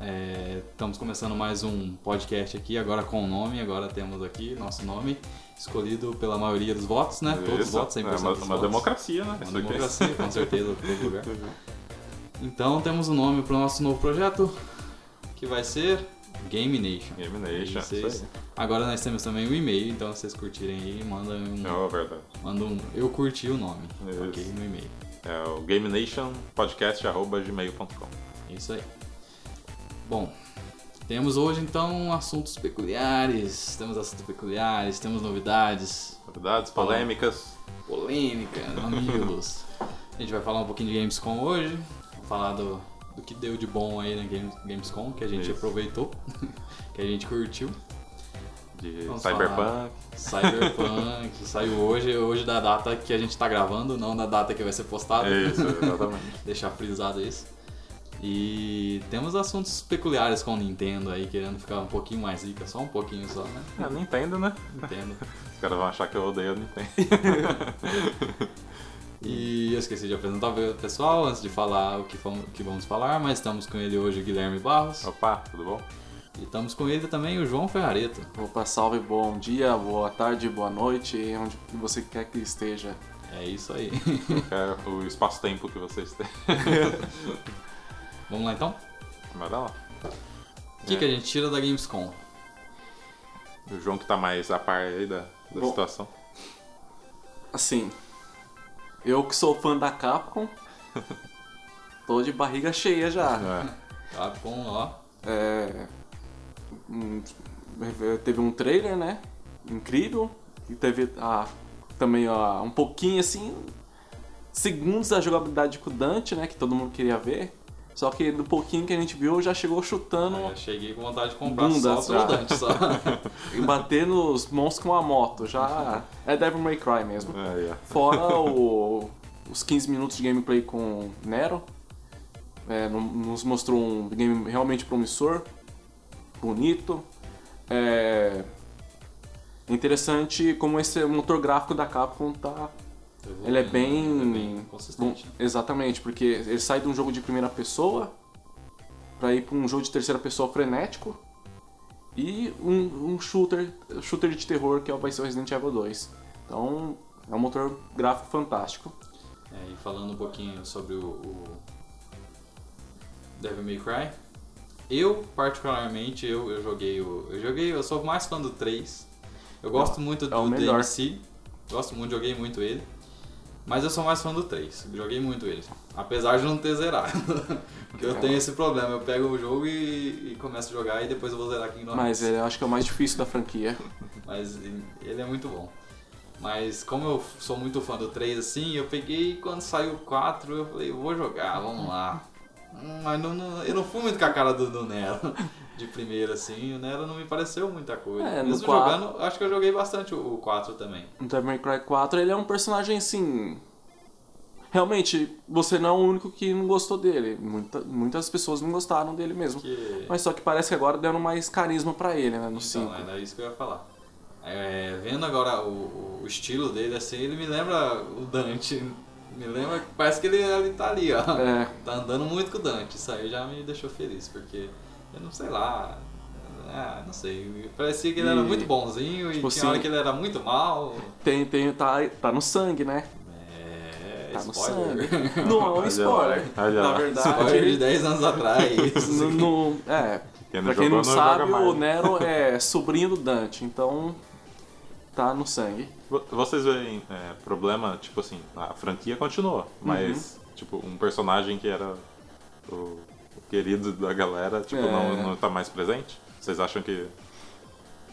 É, Estamos começando mais um podcast aqui, agora com o nome, agora temos aqui nosso nome, escolhido pela maioria dos votos, né? Todos os Isso. votos, 100% É dos uma, votos. uma democracia, né? Uma Isso aqui. democracia, com certeza, todo lugar. Então temos um nome para o nosso novo projeto, que vai ser Game Nation. Game Nation, Vocês- isso aí. Agora nós temos também o e-mail, então se vocês curtirem aí, mandam um, É uma verdade. mandam um eu curti o nome, tá Isso. ok? No e-mail. É o Game Nation Podcast arroba gmail.com. É Isso aí. Bom, temos hoje então assuntos peculiares, temos assuntos peculiares, temos novidades, Novidades, polêmicas. polêmicas, amigos. A gente vai falar um pouquinho de Gamescom hoje, vamos falar do, do que deu de bom aí na Games- Gamescom, que a gente Isso. aproveitou, que a gente curtiu. De Vamos Cyberpunk. Cyberpunk saiu hoje, hoje da data que a gente tá gravando, não da data que vai ser postado. É Isso, exatamente. Deixar frisado isso. E temos assuntos peculiares com o Nintendo aí, querendo ficar um pouquinho mais rica, só um pouquinho só, né? é, Nintendo, né? Nintendo. Os caras vão achar que eu odeio a Nintendo. E eu esqueci de apresentar o pessoal antes de falar o que, fam- que vamos falar, mas estamos com ele hoje, o Guilherme Barros. Opa, tudo Tá bom? E estamos com ele também, o João Ferrareto. Opa, salve, bom dia, boa tarde, boa noite, e onde você quer que esteja. É isso aí. É o espaço-tempo que vocês têm. vamos lá então? Bora lá. O que, que a gente tira da Gamescom? O João que tá mais a par aí da, da Bom. situação. Assim, eu que sou fã da Capcom, tô de barriga cheia já. É. Capcom, Tá ó. É, hum, teve um trailer, né? Incrível. E teve ah, também ah, um pouquinho assim, segundos da jogabilidade com o Dante, né? Que todo mundo queria ver. Só que do pouquinho que a gente viu, já chegou chutando Eu cheguei com vontade de comprar Bunda, só pelo tá. Dante, só. E bater nos monstros com a moto, já é Devil May Cry mesmo. é Aí, ó. Fora o- os 15 minutos de gameplay com Nero, é, no- nos mostrou um game realmente promissor, bonito, é, interessante como esse motor gráfico da Capcom tá... Ele é bem... Ele é bem consistente. bom, exatamente, porque ele sai de um jogo de primeira pessoa pra ir pra um jogo de terceira pessoa frenético e um, um shooter, shooter de terror que vai ser o Resident Evil 2. Então é um motor gráfico fantástico. É, e falando um pouquinho sobre o, o Devil May Cry, eu particularmente eu, eu joguei o eu joguei eu sou mais fã do 3. Eu gosto muito do É, o melhor. DMC, gosto muito, joguei muito ele. Mas eu sou mais fã do 3, joguei muito ele. Apesar de não ter zerado. Porque É. eu tenho esse problema, eu pego o jogo e, e começo a jogar e depois eu vou zerar aqui no Mas é, eu acho que é o mais difícil da franquia. mas ele é muito bom. Mas como eu sou muito fã do 3 assim, eu peguei e quando saiu o 4, eu falei, vou jogar, vamos lá. Hum, Mas não- não- eu não fui muito com a cara do, do Nero de primeira, assim, o Nero não me pareceu muita coisa. É, no Mesmo quatro- jogando, acho que eu joguei bastante o o 4 também. No Um Devil May Cry 4 ele é um personagem assim. Realmente, você não é o único que não gostou dele. Muita- muitas pessoas não gostaram dele mesmo. Porque. Mas só que parece que agora deram mais carisma pra ele, né? No 5. Então, era isso que eu ia falar. É, vendo agora o- o, o estilo dele, assim, ele me lembra o Dante. Me lembra. Parece que ele, ele tá ali, ó. É. Tá andando muito com o Dante. Isso aí já me deixou feliz, porque eu não sei lá. Ah, não sei. Parecia que ele era E- muito bonzinho e tipo tinha hora assim- que ele era muito mal. Tem, tem, tá, tá no sangue, né? É. Tá no spoiler. sangue. Não, é um Olha spoiler. lá, olha Na lá. Spoiler de verdade. 10 anos atrás. No, no- é, Quem não pra quem jogou, não, não sabe, joga o mais. né? Nero é sobrinho do Dante, então tá no sangue. Vo- Vocês veem é, problema, tipo assim, a franquia continua, mas, tipo, um personagem que era o, o querido da galera, tipo, É. não, não tá mais presente? Vocês acham que,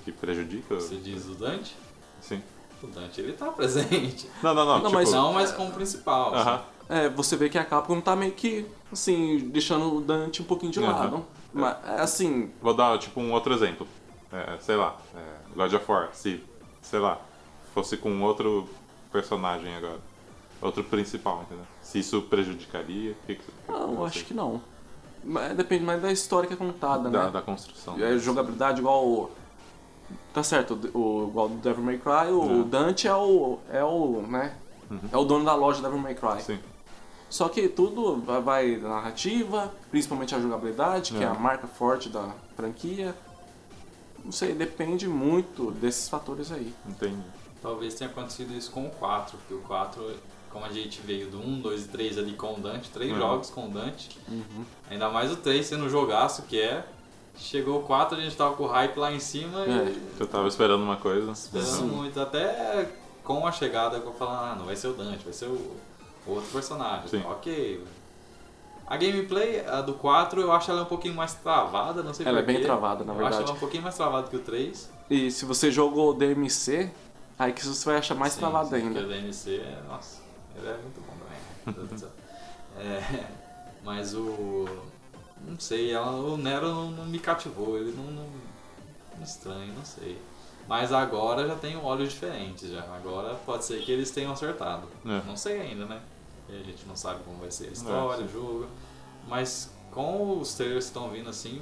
que prejudica? Você diz o Dante? Sim. O Dante ele tá presente. Não, não, não, Não, tipo... mas Não, mas como principal. assim. aham. É, você vê que a Capcom tá meio que, assim, deixando o Dante um pouquinho de Aham. lado. Mas, é, assim, Vou dar, tipo, um outro exemplo. É, sei lá, é, God of War, se, sei lá, fosse com outro personagem agora. Outro principal, entendeu? Se isso prejudicaria, o que que... não, eu acho que não. Mas depende mais da história que é contada, Da, né? da construção. É, jogabilidade igual o... Tá certo, o, o- igual do Devil May Cry, o Uhum. Dante é o... é o, né? Uhum. É o dono da loja Devil May Cry. Sim. Só que tudo vai- vai da narrativa, principalmente a jogabilidade, que é, É. a marca forte da franquia. Não sei, depende muito desses fatores aí. Entendi. Talvez tenha acontecido isso com o 4, porque o 4, como a gente veio do 1, 2 e 3 ali com o Dante, três Uhum. jogos com o Dante, Uhum. ainda mais o 3 sendo um jogaço que é. Chegou o 4, a gente tava com o hype lá em cima e Eu tava esperando uma coisa. esperando É. Sim. muito. Até com a chegada, eu falando, ah, não vai ser o Dante, vai ser o outro personagem. Sim. Ok. A gameplay a do 4, eu acho ela um pouquinho mais travada, não sei Ela é porquê. bem travada, na Eu acho verdade. ela um pouquinho mais travada que o 3. E se você jogou o DMC, aí que você vai achar mais Sim, travado sim, ainda. Porque o DMC, é- nossa, ele é muito bom também. Meu Deus do céu. É, mas o. Não sei, ela- o Nero não, não me cativou, ele não, não. não Estranho, não sei. Mas agora já tem olhos diferentes já. Agora pode ser que eles tenham acertado. É. Não sei ainda, né? E a gente não sabe como vai ser a É, história, sim. o jogo. Mas com os trailers que estão vindo assim,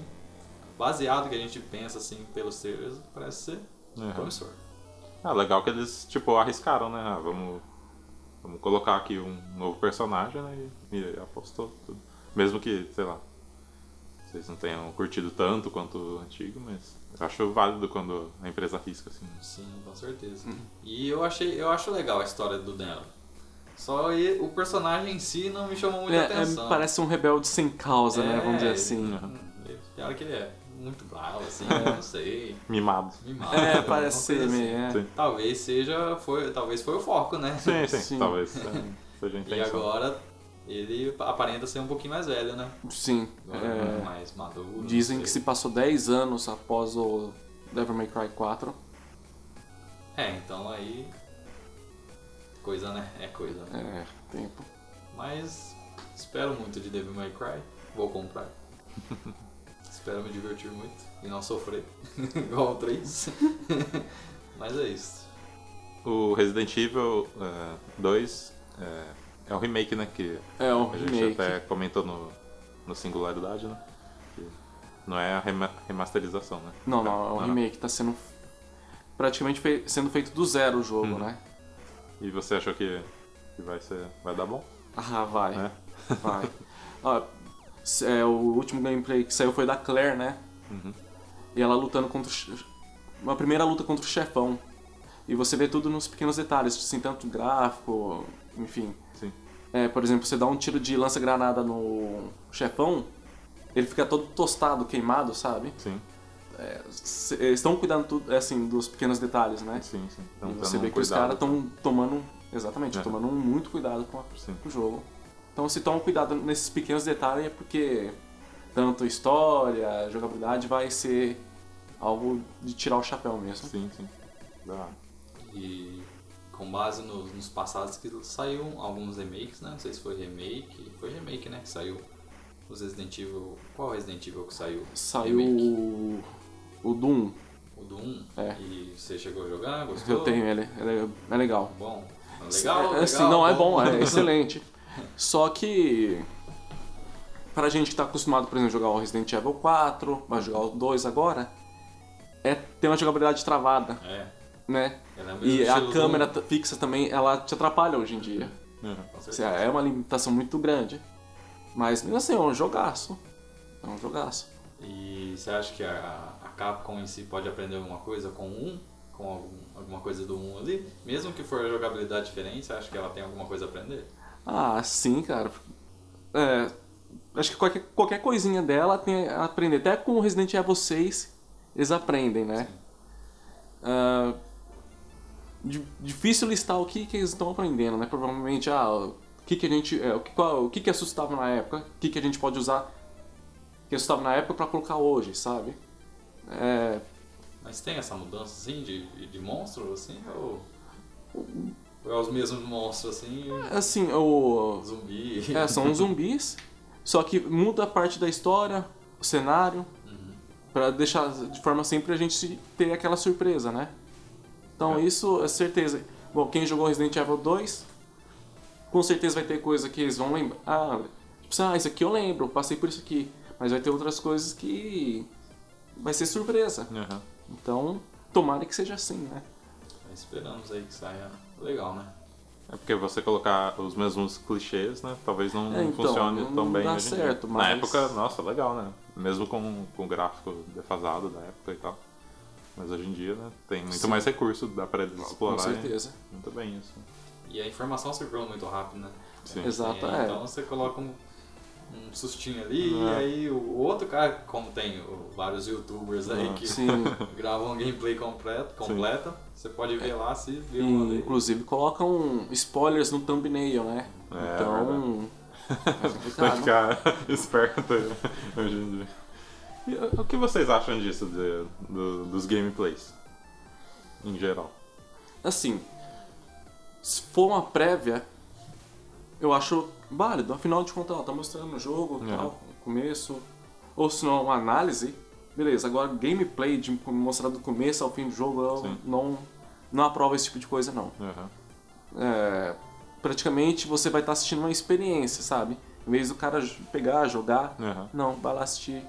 baseado no que a gente pensa assim pelos trailers, parece ser Uhum. promissor. Ah, legal que eles, tipo, arriscaram, né? Ah, vamos, vamos colocar aqui um novo personagem, né? E, e apostou tudo. Mesmo que, sei lá, vocês não tenham curtido tanto quanto o antigo, mas eu acho válido quando a empresa arrisca, assim. Sim, com certeza. E eu achei, eu acho legal a história do Nero. Só e- o personagem em si não me chamou muita É, é, atenção. parece um rebelde sem causa, né? Vamos dizer É, assim. né? Hum, ele- Tem hora que ele é muito bravo, assim, É. não sei. Mimado. Mimado. É, alguma parece ser coisa assim. meio. é. Sim. Talvez seja. Foi, talvez foi o foco, né? Sim, sim, Sim. talvez é, seja a E intenção. agora ele aparenta ser um pouquinho mais velho, né? Sim. Agora um é, mais maduro. não dizem sei. que se passou 10 anos após o Devil May Cry 4. É, então aí. Coisa, né? É coisa. Né? É, tempo. Mas espero muito de Devil May Cry. Vou comprar. espero me divertir muito e não sofrer. Igual o 3. Mas é isso. O Resident Evil eh, 2 eh, é, um remake, né? Que É um a gente remake. até comentou no, no Singularidade, né? Que não é a rema- remasterização, né? Não, não, é um Ah, remake. Tá sendo. Praticamente fei- sendo feito do zero o jogo, Uhum. né? E você achou que, que vai ser. vai dar bom? Ah, vai. né? Vai. Ó, se- é, o último gameplay que saiu foi da Claire, né? Uhum. E ela lutando contra o che- Uma primeira luta contra o chefão. E você vê tudo nos pequenos detalhes, assim, tanto gráfico, enfim. Sim. É, por exemplo, você dá um tiro de lança-granada no chefão, ele fica todo tostado, queimado, sabe? Sim, É, se- eles estão cuidando tudo, assim, dos pequenos detalhes, né? sim, sim. E Então, você tendo vê um que os cuidado. caras estão tomando. Exatamente, É. tomando muito cuidado com, a, Sim. com o jogo. Então se toma cuidado nesses pequenos detalhes é porque tanto história, jogabilidade vai ser algo de tirar o chapéu mesmo. Sim, sim. Dá. E com base no- nos passados que saiu alguns remakes, né? Não sei se foi remake. Foi remake, né? Que saiu. Os Resident Evil. Qual Resident Evil que saiu? Saiu Remake? o, o Doom, o do 1. É. E você chegou a jogar? Gostou? eu tenho ele, ele é, é legal. Bom. Legal, É, assim, legal, não, é bom, é excelente. Só que pra gente que tá acostumado, por exemplo, a jogar o Resident Evil 4, vai jogar o 2 agora, é tem uma jogabilidade travada, É. né? ela é mesmo E estilo a do câmera um, t- fixa também, ela te atrapalha hoje em dia. Uhum. com Assim, certeza. é uma limitação muito grande. Mas mesmo assim, é um jogaço. É um jogaço. E você acha que a, a Capcom em si pode aprender alguma coisa com um? Com algum- alguma coisa do 1 ali? Mesmo que for jogabilidade diferente, você acha que ela tem alguma coisa a aprender? Ah, sim, cara. É, acho que qualquer, qualquer coisinha dela tem a aprender. Até com o Resident Evil 6, eles aprendem, né? Ah, di- difícil listar o que, que eles estão aprendendo, né? Provavelmente, ah, o que, que a gente. é, o, que, qual- o que, que assustava na época, o que, que a gente pode usar que assustava na época pra colocar hoje, sabe? É, Mas tem essa mudança assim de, de monstro assim? Ou, ou é os mesmos monstros assim? assim, o. Zumbi? É, são zumbis, só que muda a parte da história, o cenário, pra deixar de forma sempre a gente se- ter aquela surpresa, né? Então isso é certeza. Bom, quem jogou Resident Evil 2, com certeza vai ter coisa que eles vão lembrar. Ah, tipo, assim, ah, isso aqui eu lembro, passei por isso aqui. Mas vai ter outras coisas que vai ser surpresa. Uhum. Então, tomara que seja assim, né? Mas Esperamos aí que saia legal, né? É porque você colocar os mesmos clichês, né? Talvez não É, então, funcione não tão bem. dá hoje em dia. certo, Na mas- época, nossa, legal, né? Mesmo com, com o gráfico defasado da época e tal. Mas hoje em dia, né, tem muito mais recurso, dá pra eles Com explorarem. certeza. Muito bem isso. E a informação circula muito rápido, né? Sim. Exato, E aí, é. Então você coloca um, um sustinho ali, É. e aí o outro cara, como tem o- vários youtubers aí Ah, que Sim. gravam um gameplay completo, completa, você pode ver lá se E, viu uma ali. inclusive colocam spoilers no thumbnail, né? É, então. É Pra complicado. ficar esperto hoje em dia. E uh, o que vocês acham disso, de- do- dos gameplays? Em geral. Assim, se for uma prévia, eu acho válido. Afinal de contas, ó, tá mostrando o jogo, É. tal, o começo. Ou se não, uma análise. Beleza, agora gameplay de mostrar do começo ao fim do jogo, eu Sim. não, não aprovo esse tipo de coisa, não. Aham. É, praticamente você vai estar assistindo uma experiência, sabe? Em vez do cara j- pegar, jogar, Aham. não, vai lá assistir.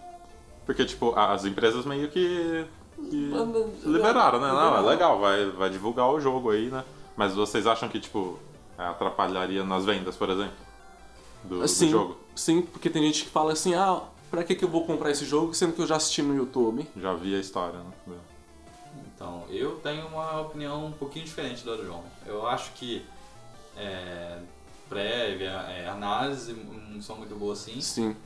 Porque, tipo, a- as empresas meio que. que Mas- liberaram, né? Não, é liberaram. legal, vai, vai divulgar o jogo aí, né? Mas vocês acham que, tipo, atrapalharia nas vendas, por exemplo? Do, do Sim, jogo? sim, porque tem gente que fala assim, ah, pra que, que eu vou comprar esse jogo sendo que eu já assisti no YouTube? Já vi a história, né? Então, eu tenho uma opinião um pouquinho diferente da do João. Eu acho que é, prévia, é, análise hum, não são muito boas assim. Sim.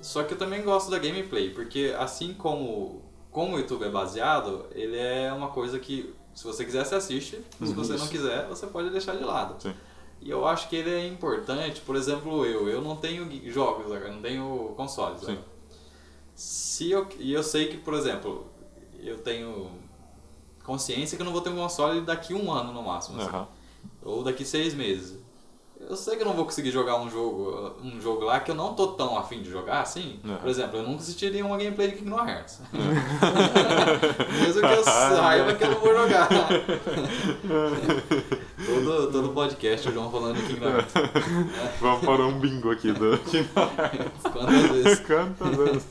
Só que eu também gosto da gameplay, porque assim como, como o YouTube é baseado, ele é uma coisa que se você quiser você assiste, se você não quiser você pode deixar de lado. Uhum. Sim. E eu acho que ele é importante, por exemplo, eu, eu não tenho gui- jogos agora, não tenho consoles. Sim. agora. Se eu, e eu sei que, por exemplo, eu tenho consciência que eu não vou ter um console daqui um ano no máximo. assim Aham. ou daqui seis meses. Eu sei que eu não vou conseguir jogar um jogo, um jogo lá que eu não tô tão afim de jogar assim. Uhum. Por exemplo, eu nunca assistiria uma gameplay de Kingdom Hearts. Mesmo que eu saiba que eu não vou jogar. todo, todo podcast é o João falando de Kingdom Hearts. Vamos para um bingo aqui do. né? Quantas vezes. Quantas vezes?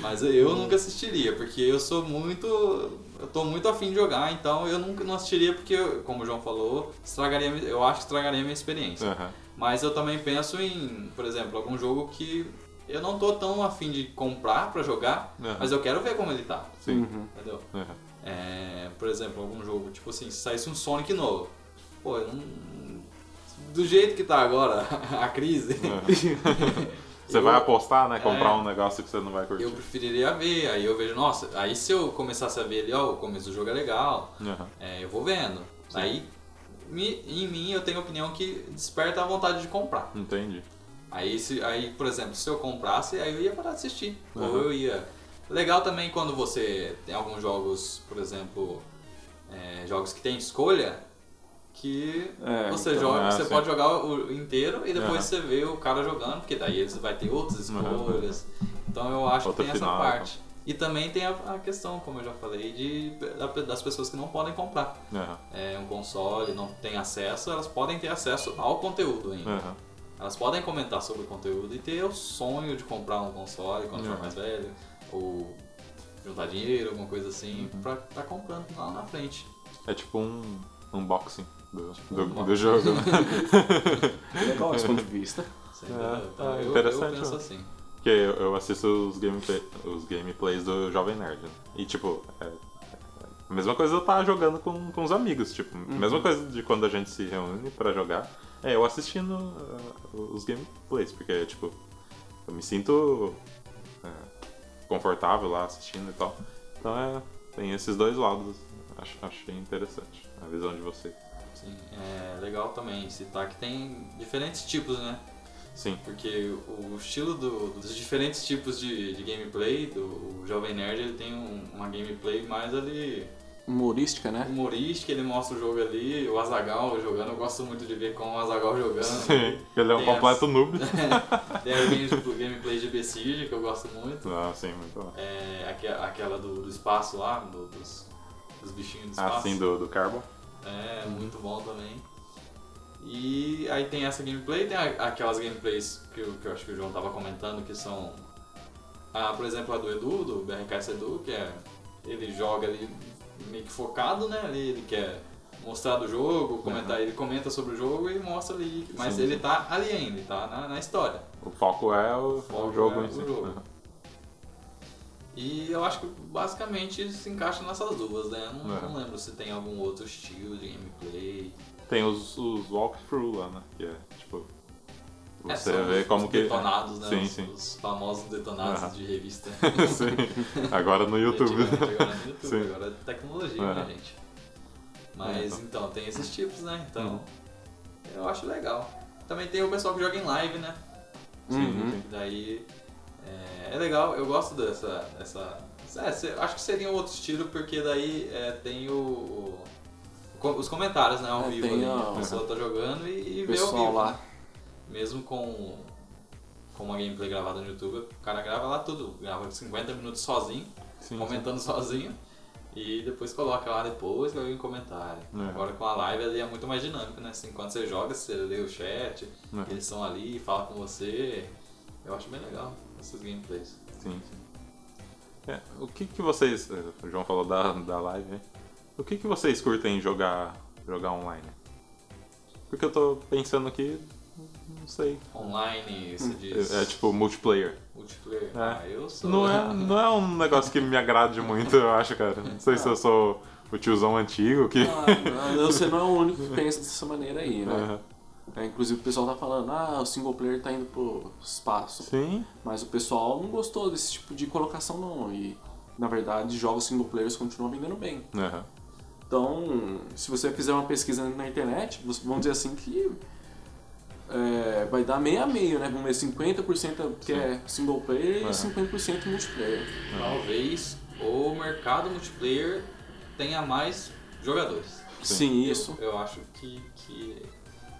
Mas eu nunca assistiria, porque eu sou muito. Eu tô muito afim de jogar, então eu nunca não assistiria porque, eu- como o João falou, estragaria, eu acho que estragaria minha experiência. Aham. Mas eu também penso em, por exemplo, algum jogo que eu não tô tão afim de comprar pra jogar, Aham. mas eu quero ver como ele tá, Sim. Uhum. entendeu? Aham. É, por exemplo, algum jogo, tipo assim, se saísse um Sonic novo, pô, eu não... Do jeito que tá agora a crise, Você Eu- vai apostar, né? Comprar É. um negócio que você não vai curtir. eu preferiria ver, aí eu vejo, nossa, aí se eu começasse a ver ali, ó, o começo do jogo é legal, Aham. É, eu vou vendo. Sim. Aí, me- em mim, eu tenho a opinião que desperta a vontade de comprar. Entendi. Aí, se, aí, por exemplo, se eu comprasse, aí eu ia parar de assistir. Ou Aham. eu ia. Legal também quando você tem alguns jogos, por exemplo, é, jogos que tem escolha, que É, você então, joga, é, você sim. pode jogar o inteiro e depois Aham. você vê o cara jogando, porque daí eles vai ter outras Aham. escolhas. Então eu acho Outra que tem final, essa parte. E também tem a, a questão, como eu já falei, de, da- das pessoas que não podem comprar Aham. é, um console, não tem acesso, elas podem ter acesso ao conteúdo ainda. Aham. Elas podem comentar sobre o conteúdo e ter o sonho de comprar um console quando for Uhum. mais velho, ou juntar dinheiro, alguma coisa assim, Uhum. pra tá comprando lá na frente. É tipo um unboxing do, um do, unboxing. do jogo. né? Legal esse ponto de vista. Você entendeu? Então, é eu, eu interessante, penso né? assim. Porque eu, eu assisto os, gameplay, os gameplays do Jovem Nerd. né? E tipo, é, a mesma coisa eu tava jogando com, com os amigos. Tipo, mesma coisa de quando a gente se reúne pra jogar. É, eu assistindo ah, os gameplays, porque tipo, eu me sinto é, confortável lá assistindo e tal. Então é, tem esses dois lados. Acho- achei interessante a visão de vocês. Sim, é legal também citar que tem diferentes tipos, né? Sim. Porque o estilo do- dos diferentes tipos de, de gameplay, do o Jovem Nerd, ele tem um- uma gameplay mais ali Humorística, né? humorística, ele mostra o jogo ali, o Azagal jogando, eu gosto muito de ver como o Azagal jogando. Sim, ele é um Tem completo noob. Tem a game- gameplay de Besiege, que eu gosto muito. Ah, sim, muito bom. É, aque- aquela do, do espaço lá, do- dos, dos bichinhos do espaço. Ah, sim, do, do Carbon. É, muito bom também. E aí tem essa gameplay, tem a- aquelas gameplays que eu, que eu acho que o João tava comentando, que são... Ah, por exemplo, a do Edu, do BRKS Edu, que é... Ele joga ali meio que focado, né? Ele, ele quer mostrar do jogo, comentar, ele comenta sobre o jogo e mostra ali. Mas Sim, ele sim. tá ali ainda, ele tá na- na história. O foco é o, foco o jogo é em si. o jogo. E eu acho que basicamente se encaixa nessas duas, né? Não, É. não lembro se tem algum outro estilo de gameplay. Tem os, os walkthrough lá, né? Que é, tipo. É, Você são vê os- como os que. detonados, né? Sim, os, sim. os famosos detonados Aham. de revista. sim. Agora no YouTube. Antigamente, Agora no YouTube, Sim. agora é tecnologia, Aham. né, gente? Mas É, então. então. tem esses tipos, né? Então, Uhum. eu acho legal. Também tem o pessoal que joga em live, né? Sim, Uhum. sim. Daí é, é legal, eu gosto dessa. Essa, é, se- acho que seria um outro estilo, porque daí é, tem o, o- co- os comentários, né? Ao É, vivo tem ali. a- A pessoa tá jogando e, e O vê ao vivo. pessoal lá. né? Mesmo com, com uma gameplay gravada no YouTube, o cara grava lá tudo, grava 50 minutos sozinho, Sim, comentando sozinho. E depois coloca lá depois que alguém comentário. É. Agora com a live ali é muito mais dinâmico, né? Assim, quando você joga, você lê o chat, É. eles estão ali, falam com você. Eu acho bem legal esses gameplays. Sim, sim. É, o que que vocês. eh, O João falou da, da live, hein? O que que vocês curtem jogar, jogar online? Porque eu tô pensando aqui. Não sei. Online, você diz. É, é tipo multiplayer. multiplayer. É. Ah, eu sou. Não é, não é um negócio que me agrade muito, eu acho, cara. Não sei se eu sou o tiozão antigo que. Ah, você não é o único que pensa dessa maneira aí, né? Aham. É, inclusive o pessoal tá falando, ah, o single player tá indo pro espaço. Sim. Mas o pessoal não gostou desse tipo de colocação não. E na verdade jogos single players continuam vendendo bem. Aham. Então, se você fizer uma pesquisa na internet, você- vamos dizer assim que é, vai dar meio a meio, né? Vamos ver 50% que é single player Aham. e 50% é multiplayer. É. Talvez o mercado multiplayer tenha mais jogadores. Sim, Sim. isso. Eu, eu acho que, que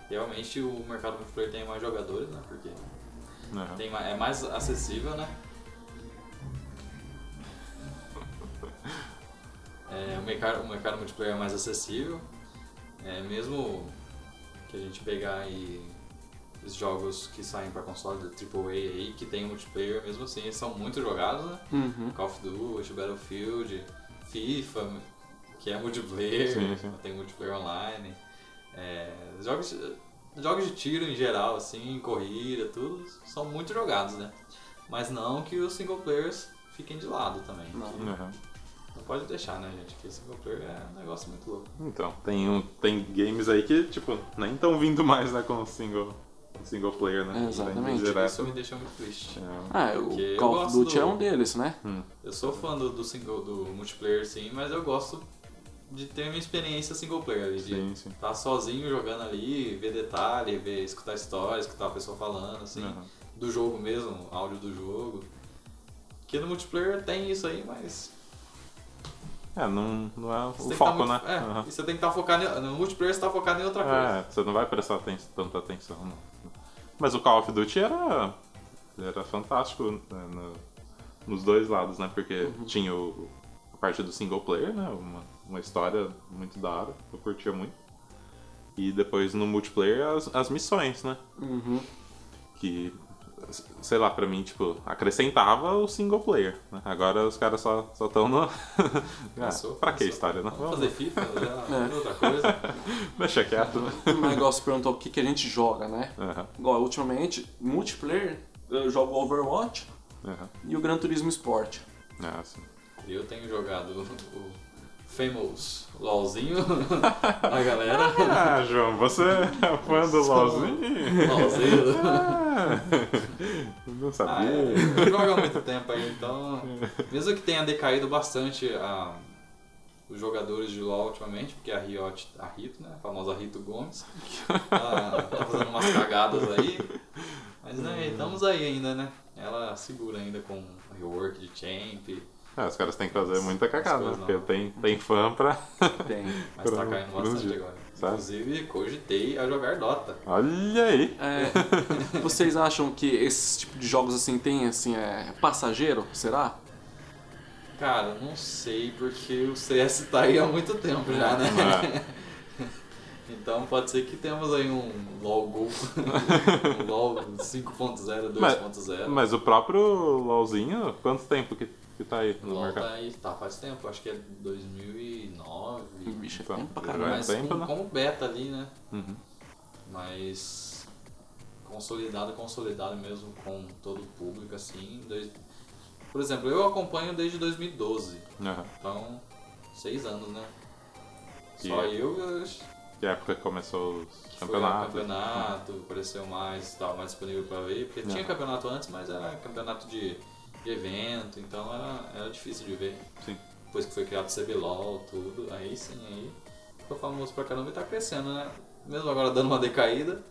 realmente o mercado multiplayer tem mais jogadores, né? Porque Aham. tem, ma- é mais acessível, né? É, o, mercado, o mercado multiplayer é mais acessível. É, mesmo que a gente pegar aí os jogos que saem para console da AAA aí, que tem multiplayer, mesmo assim, eles são muito jogados, né? Uhum. Call of Duty, Battlefield, FIFA, que é multiplayer, Sim, sim. tem multiplayer online. É, jogos, jogos de tiro em geral, assim, corrida, tudo, são muito jogados, né? Mas não que os single players fiquem de lado também. Não. que Aham. não pode deixar, né, gente? Porque single player é um negócio muito louco. Então, tem, um, tem games aí que, tipo, nem estão vindo mais, né, com single, com single player, né? É, exatamente. Vem Tipo, Isso Direto. me deixa muito triste. É, Hum. Ah, Porque o eu Call of gosto Duty é do- um deles, né? Eu sou fã do, do single do multiplayer sim, mas eu gosto de ter minha experiência single player ali, de sim, sim. tá sozinho jogando ali, ver detalhe, ver, escutar história, escutar a pessoa falando, assim, Aham. do jogo mesmo, áudio do jogo. Que no multiplayer tem isso aí, mas. É, não, não é você o tem que foco, tá muito- né? É, Aham. e você tem que estar focado em. No multiplayer você tá focado em outra É, coisa. você não vai prestar aten- tanta atenção, não. Mas o Call of Duty era, era fantástico né, no- nos dois lados, né? Porque Uhum. tinha o- a parte do single player, né? Uma, uma história muito da hora, eu curtia muito. E depois no multiplayer as, as missões, né? Uhum. que sei lá, pra mim, tipo, acrescentava o single player. né? Agora os caras só estão no. ah, Passou, pra que passou. história, né? Vamos fazer FIFA, né? É. outra coisa. Deixa quieto. né? Mas igual você perguntou o que, que a gente joga, né? Aham, Igual, ultimamente, multiplayer, eu jogo Overwatch aham. e o Gran Turismo Sport. Ah, sim. Eu tenho jogado o, o Famous LOLzinho a galera. Ah, João, você é fã do Sou. LOLzinho? LOLzinho. Ah, não Ah, sabia. é, eu jogo há muito tempo aí, então. Mesmo que tenha decaído bastante a- os jogadores de LoL ultimamente, porque a Riot, a Rito, né? A famosa Rito Gomes, tá, tá fazendo umas cagadas aí. Mas né, estamos aí ainda, né? Ela segura ainda com rework de champ, Ah, os caras têm que fazer muita cagada, né? coisas Porque não. tem, tem fã pra. Tem. mas tá Pra- caindo pra bastante onde? agora. Tá. Inclusive, cogitei a jogar Dota. Olha aí! É, vocês acham que esse tipo de jogos assim tem assim, é passageiro? Será? Cara, não sei, porque o CS tá aí há muito tempo É, já, né? Então pode ser que temos aí um LOL Go, um LOL 5.0, 2.0. Ah, mas o próprio LOLzinho, quanto tempo que, que tá aí O no LOL mercado? tá aí, tá faz tempo, acho que é 2009. Bicho, é Então, tempo pra já caralho. Mas faz tempo, com, né? como beta ali, né? Uhum. Mas consolidado, consolidado mesmo com todo o público, assim. dois- Por exemplo, eu acompanho desde 2012. Aham. Então, seis anos, né? E- Só eu, eu Que é época que começou os foi ao campeonatos. campeonato, apareceu mais, estava mais disponível pra ver, porque tinha Aham. campeonato antes, mas era campeonato de, de evento, então era, era difícil de ver. Sim. Depois que foi criado o CBLOL, tudo, aí sim, aí ficou famoso pra caramba e tá crescendo, né? Mesmo agora dando uma decaída,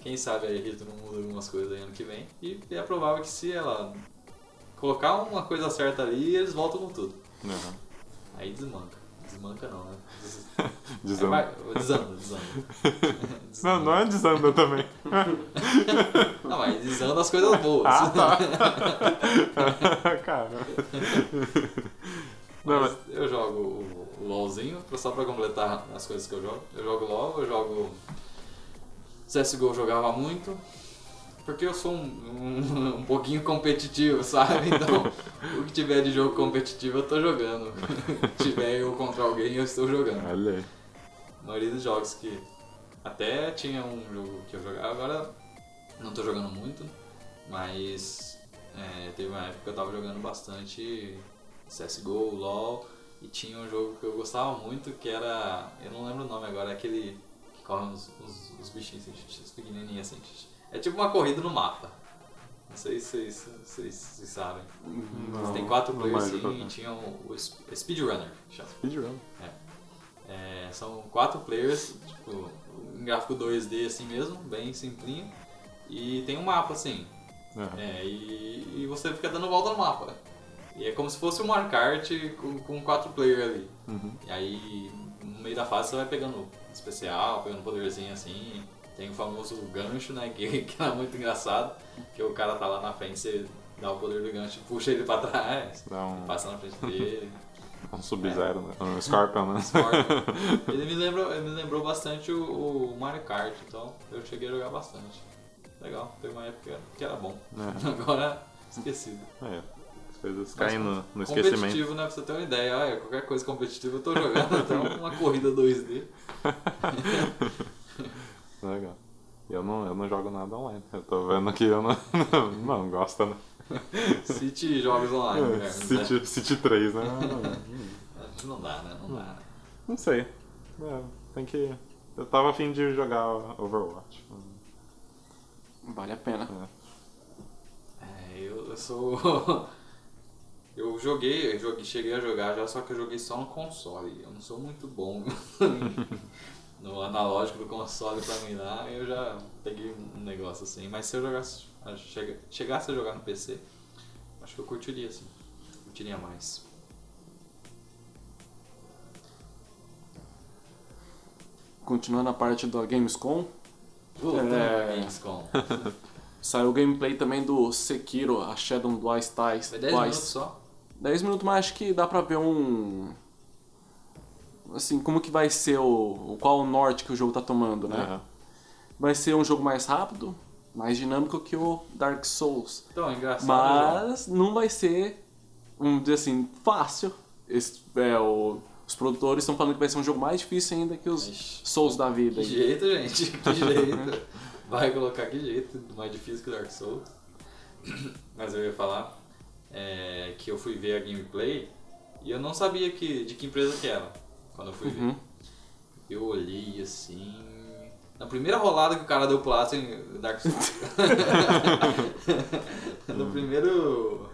quem sabe aí a Rita não muda algumas coisas aí ano que vem. E é provável que se ela colocar uma coisa certa ali, eles voltam com tudo. Aham. É Aí desmanca. Desmanca não, né? É Des- Desanda. Aí vai- Desanda, desanda. Não, não é desanda também. Não, mas desanda as coisas boas. Ah, tá. Cara. Não, Mas mas... eu jogo o- o LOLzinho, pra- só pra completar as coisas que eu jogo. Eu jogo LOL, eu jogo. CSGO eu jogava muito, porque eu sou um, um, um pouquinho competitivo, sabe? Então, o que tiver de jogo competitivo eu tô jogando. Se tiver eu contra alguém, eu estou jogando. Olha aí. A maioria dos jogos que. Até tinha um jogo que eu jogava, agora não tô jogando muito, mas é, teve uma época que eu tava jogando bastante CSGO, LOL, e tinha um jogo que eu gostava muito que era. Eu não lembro o nome agora, é aquele que corre uns, uns- uns bichinhos assim, uns pequenininhos assim. É tipo uma corrida no mapa. Não sei se vocês, se vocês- se vocês sabem. Mas tem quatro não players lembro assim, qual e que é. tinha o, o Sp- Speedrunner, chama. Speedrun. É, são quatro players, tipo, um gráfico 2D assim mesmo, bem simplinho. E tem um mapa assim. Aham. é, e, e você fica dando volta no mapa. E é como se fosse um Mario e com, com quatro players ali. Uhum. E aí, no meio da fase, você vai pegando especial, pegando poderzinho assim. Tem o famoso gancho, né? Que, que era muito engraçado. Que o cara tá lá na frente, você dá o poder do gancho e puxa ele pra trás. Dá um, Passa na frente dele. um É. Sub-Zero, né? Um Scorpion, né? Scorpion. ele me lembrou, ele me lembrou bastante o, o Mario Kart, então eu cheguei a jogar bastante. Legal, teve uma época que era bom. É. Agora esquecido. Aí, É, as coisas caem no, no esquecimento. Competitivo, né? Pra você ter uma ideia, olha, qualquer coisa competitiva eu tô jogando até uma corrida 2D. Legal. Eu não, eu não jogo nada online. Eu tô vendo que eu não, não, não gosto, né? City jogos online, É, né? City, City 3, né? Não dá, né? Não dá. né? Não sei. É, tem que. Eu tava afim de jogar Overwatch. Vale a pena. É. É, eu, eu sou. Eu joguei, eu joguei, cheguei a jogar já, só que eu joguei só no console. Eu não sou muito bom no analógico do console pra mim lá, eu já peguei um negócio assim. Mas se eu jogasse, a- chega- chegasse a jogar no PC, acho que eu curtiria assim. Curtiria mais. Continuando a parte da Gamescom, Voltando É. é... Gamescom. saiu o gameplay também do Sekiro, a Shadow Twice Ties. Foi 10 minutos só. 10 minutos, mas acho que dá pra ver um. Assim, como que vai ser o. o- Qual o norte que o jogo tá tomando, né? Aham. Vai ser um jogo mais rápido, mais dinâmico que o Dark Souls. Então, é engraçado. né? Mas não vai ser, vamos dizer assim, fácil. Esse- é, o- os produtores estão falando que vai ser um jogo mais difícil ainda que os Ixi. Souls da vida. Que aí. jeito, gente. Que jeito. Vai colocar que jeito. Mais difícil que Dark Souls. Mas eu ia falar é, que eu fui ver a gameplay e eu não sabia que, de que empresa que era quando eu fui ver. Uhum. Eu olhei assim. Na primeira rolada que o cara deu plástico em Dark Souls. no primeiro.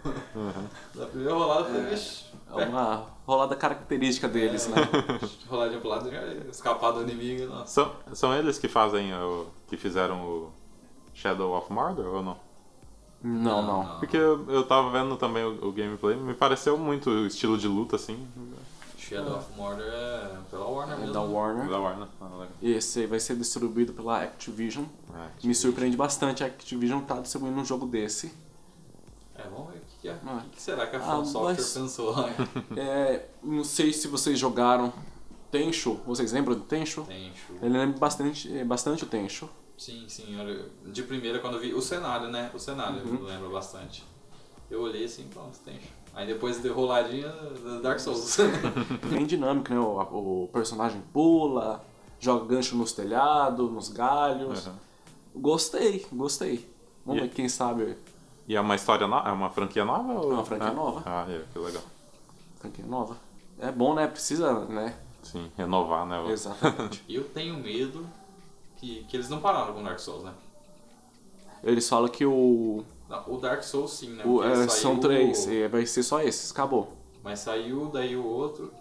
Na primeira rolada eu falei, vixi. Uhum. É uma rolada característica deles, né? Roladinha pro lado, já né, escapar do inimigo, nossa. São, são eles que fazem o. que fizeram o Shadow of Mordor ou não? Não, não. Porque eu, eu tava vendo também o, o gameplay, me pareceu muito o estilo de luta assim. Shadow of Mordor é pela Warner É mesmo. da Warner. Da Warner. Ah, legal. E esse aí vai ser distribuído pela Activision. É, Me surpreende bastante a Activision tá distribuindo um jogo desse. É, vamos ver o que, que é. Ah. O que, que será que a Ah, From Software mas- pensou lá? É, não sei se vocês jogaram Tenchu. Vocês lembram do Tenchu? Tem show. Ele lembra bastante, é, bastante o Tenchu. Sim, sim. olha, De primeira, quando eu vi o cenário, né? O cenário Uhum. eu lembro bastante. Eu olhei assim, pronto, tem show. Aí depois deu roladinha Dark Souls. Bem dinâmico, né? O, o personagem pula, joga gancho nos telhados, nos galhos. Aham. Gostei, gostei. Vamos E- ver, quem sabe E é uma história nova? É uma franquia nova? Ou... É uma franquia Ah. nova. Ah, é, que legal. Franquia nova. É bom, né? Precisa, né? Sim, renovar, né? o- Exatamente. Eu tenho medo que, que eles não pararam com Dark Souls, né? Eles falam que o. Não, o Dark Souls sim, né? o Porque é, saiu são três, o- e vai ser só esses, acabou. Mas saiu, daí o outro.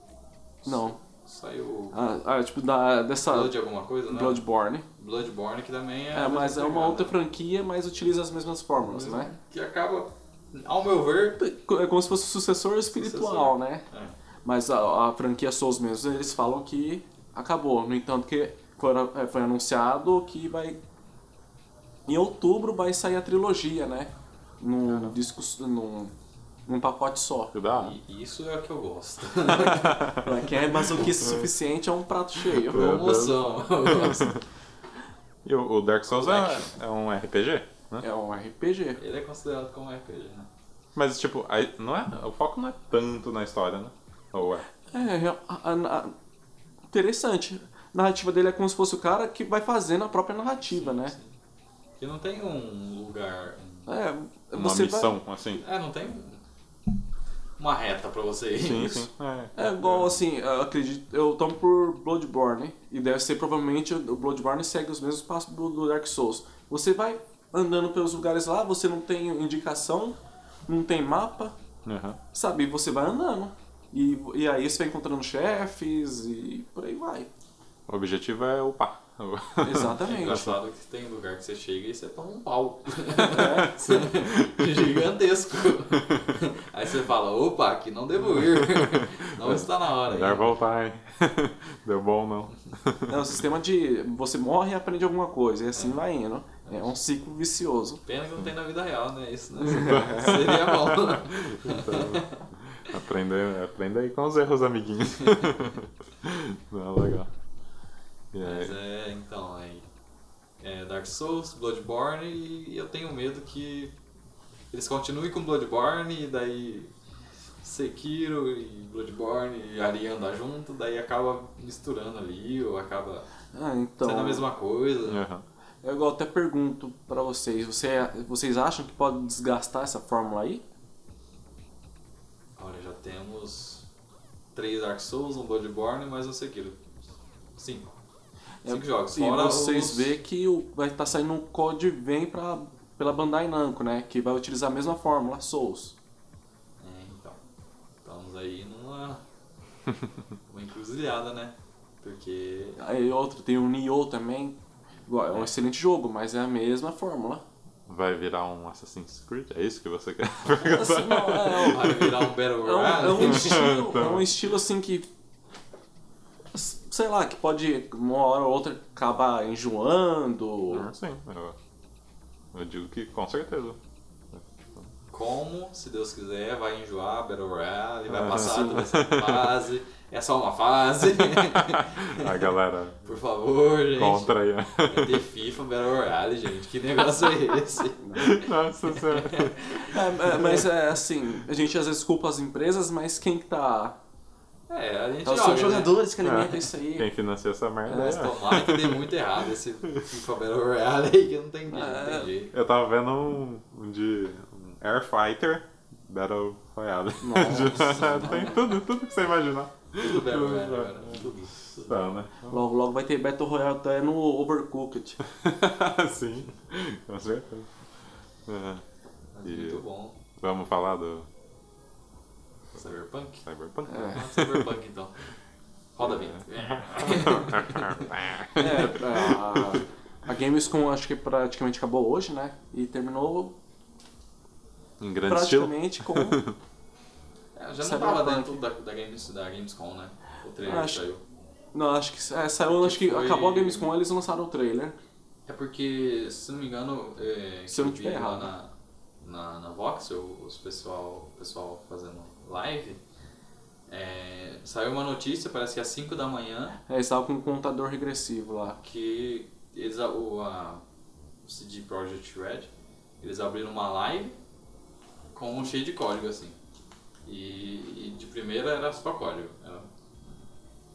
Não. Saiu Ah, ah, tipo, da, dessa. Blood alguma coisa, né? Bloodborne. Bloodborne, que também é. É, mas é uma pegada. outra franquia, mas utiliza as mesmas fórmulas, né? Que acaba, ao meu ver. É como se fosse o sucessor Sucessor. espiritual, né? É. Mas a, a franquia Souls mesmo, eles falam que acabou. No entanto, que foram- é, foi anunciado que vai. Em outubro vai sair a trilogia, né? Num disco. Num, num pacote só. Que da hora. E isso é o que eu gosto. Pra quem é masoquista o suficiente, é um prato cheio. Promoção. Eu gosto. E o, o Dark Souls é, é um RPG, né? É um RPG. Ele é considerado como RPG, né? Mas, tipo, aí, não é, o foco não é tanto na história, né? Ou é? É, real- a- a- a- interessante. A narrativa dele é como se fosse o cara que vai fazendo a própria narrativa, né? Que não tem um lugar. um- É, Uma você vai- missão, assim. É, não tem um- uma reta pra você ir. Sim, Isso. sim. É, É igual assim, eu acredito, eu tomo por Bloodborne, e deve ser provavelmente o Bloodborne segue os mesmos passos do, do Dark Souls. Você vai andando pelos lugares lá, você não tem indicação, não tem mapa, Aham. sabe? Você vai andando. E, e aí você vai encontrando chefes e por aí vai. O objetivo é upar. É Exatamente. engraçado que tem lugar que você chega e você toma um pau. Gigantesco. Aí você fala, opa, aqui não devo ir. Não está na hora. Melhor ainda. voltar, hein? Deu bom, não. É um sistema de você morre e aprende alguma coisa, e assim vai indo. É um ciclo vicioso. Pena que não tem na vida real, né? Isso né? seria bom. Então, Aprender, aprenda aí com os erros, amiguinhos. não, legal. E aí, Mas é, então, aí. É Dark Souls, Bloodborne e eu tenho medo que eles continuem com Bloodborne e daí Sekiro e Bloodborne e Ari andar junto, daí acaba misturando ali ou acaba Ah, então. sendo a é mesma coisa. aham. Eu igual até pergunto pra vocês, você, é, vocês acham que pode desgastar essa fórmula aí? Olha, já temos três Dark Souls, um Bloodborne mais um Sekiro. Cinco. É, Cinco jogos. E Fora vocês os... vê que o- vai estar saindo um Code Vem pra, pela Bandai Namco, né? Que vai utilizar a mesma fórmula, Souls. É, então. Estamos aí numa uma encruzilhada, né? Porque Aí outro, tem o Nioh também. Igual, É um excelente jogo, mas é a mesma fórmula. Vai virar um Assassin's Creed? É isso que você quer? Assim, não, é, vai virar um Battle é, um, é Royale. Ah, um estilo, tá. é um estilo assim que. s- Sei lá, que pode uma hora ou outra acabar enjoando. Ah, Sim, eu, eu digo que com certeza. Como, se Deus quiser, vai enjoar Battle Royale, vai Ah, passar sim. toda essa fase. É só uma fase. A galera Por favor, gente. contra aí. É ter FIFA Battle Royale, gente. Que negócio é esse? Nossa senhora. É, é, mas é assim, a gente às vezes culpa as empresas, mas quem que tá. É, a gente São joga, os né? jogadores que alimentam É. isso aí. Quem financia essa merda Mas é. tomara que dê muito errado esse FIFA Battle Royale aí, que não tem, não É. tem jeito. Eu tava vendo um, um de um Air Fighter Battle Royale. Nossa. Tem tudo, tudo que você imaginar. Tudo Battle Royale agora. Tudo. Tá, né? Logo, logo vai ter Battle Royale até no Overcooked. Tá, né? Sim, com certeza. É, Mas E- Muito bom. Vamos falar do Cyberpunk? Cyberpunk? É. Cyberpunk, então. Roda a vinheta. É, a, a Gamescom acho que praticamente acabou hoje, né? E terminou Em grande estilo. praticamente com. É, já não Cyberpunk. tava dentro da, da, Games, da Gamescom, né? O trailer Acho- que saiu. Não, acho que é, saiu, acho que foi- acabou a Gamescom, eles lançaram o trailer. É porque, se não me engano, é, Se eu não que vi tiver lá errado. na, na, na Voxel, os pessoal, o pessoal fazendo live, é, saiu uma notícia, parece que às 5 da manhã, É, eles estavam com um contador regressivo lá. que eles, a- o, a, o CD Projekt Red, eles abriram uma live com um cheio de código, assim. E, e de primeira era só código, era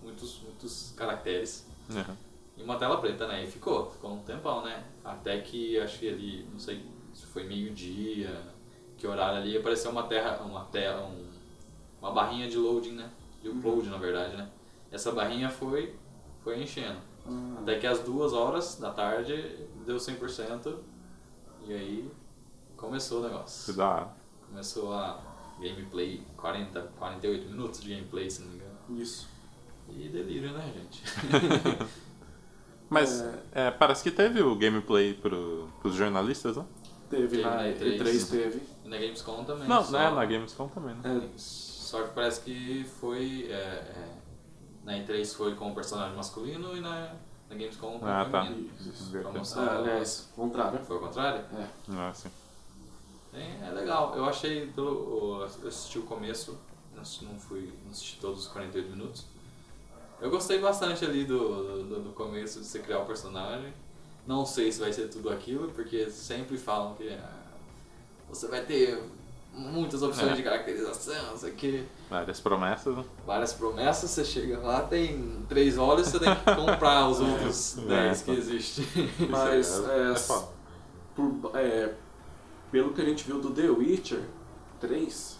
muitos, muitos caracteres. Aham. E uma tela preta, né? E ficou, ficou um tempão, né? Até que acho que ali, não sei se foi meio-dia, que horário ali apareceu uma terra, uma terra, um- uma barrinha de loading, né? De Uhum. upload, na verdade, né? Essa barrinha foi, foi enchendo. Ah. Até que às duas horas da tarde deu 100% e aí começou o Se negócio. dá. Começou a gameplay, 40, 48 minutos de gameplay, se não me engano. Isso. E delírio, né, gente? Mas É. é, parece que teve o gameplay pro, pros jornalistas, né? Teve Teve na na E3. E3, teve. E na Gamescom também. Não, só- né? Na Gamescom também, né? É, Só que parece que foi. É, é, na E3 foi com o personagem masculino e na, na Gamescom com o Ah, tá. feminino. Pra mostrar- Ah, aliás, contrário. Foi ao contrário? É. Ah, sim. É, é legal. Eu achei. Pelo, eu assisti o começo, não assisti- não fui. Não assisti todos os 48 minutos. Eu gostei bastante ali do, do, do começo de você criar o personagem. Não sei se vai ser tudo aquilo, porque sempre falam que ah, você vai ter muitas opções É. de caracterização, não sei o quê. Várias promessas, né? várias promessas, você chega lá, tem três olhos, você tem que comprar os outros É. 10 que existem. Mas, Isso é, é foda. por- é, pelo que a gente viu do The Witcher 3,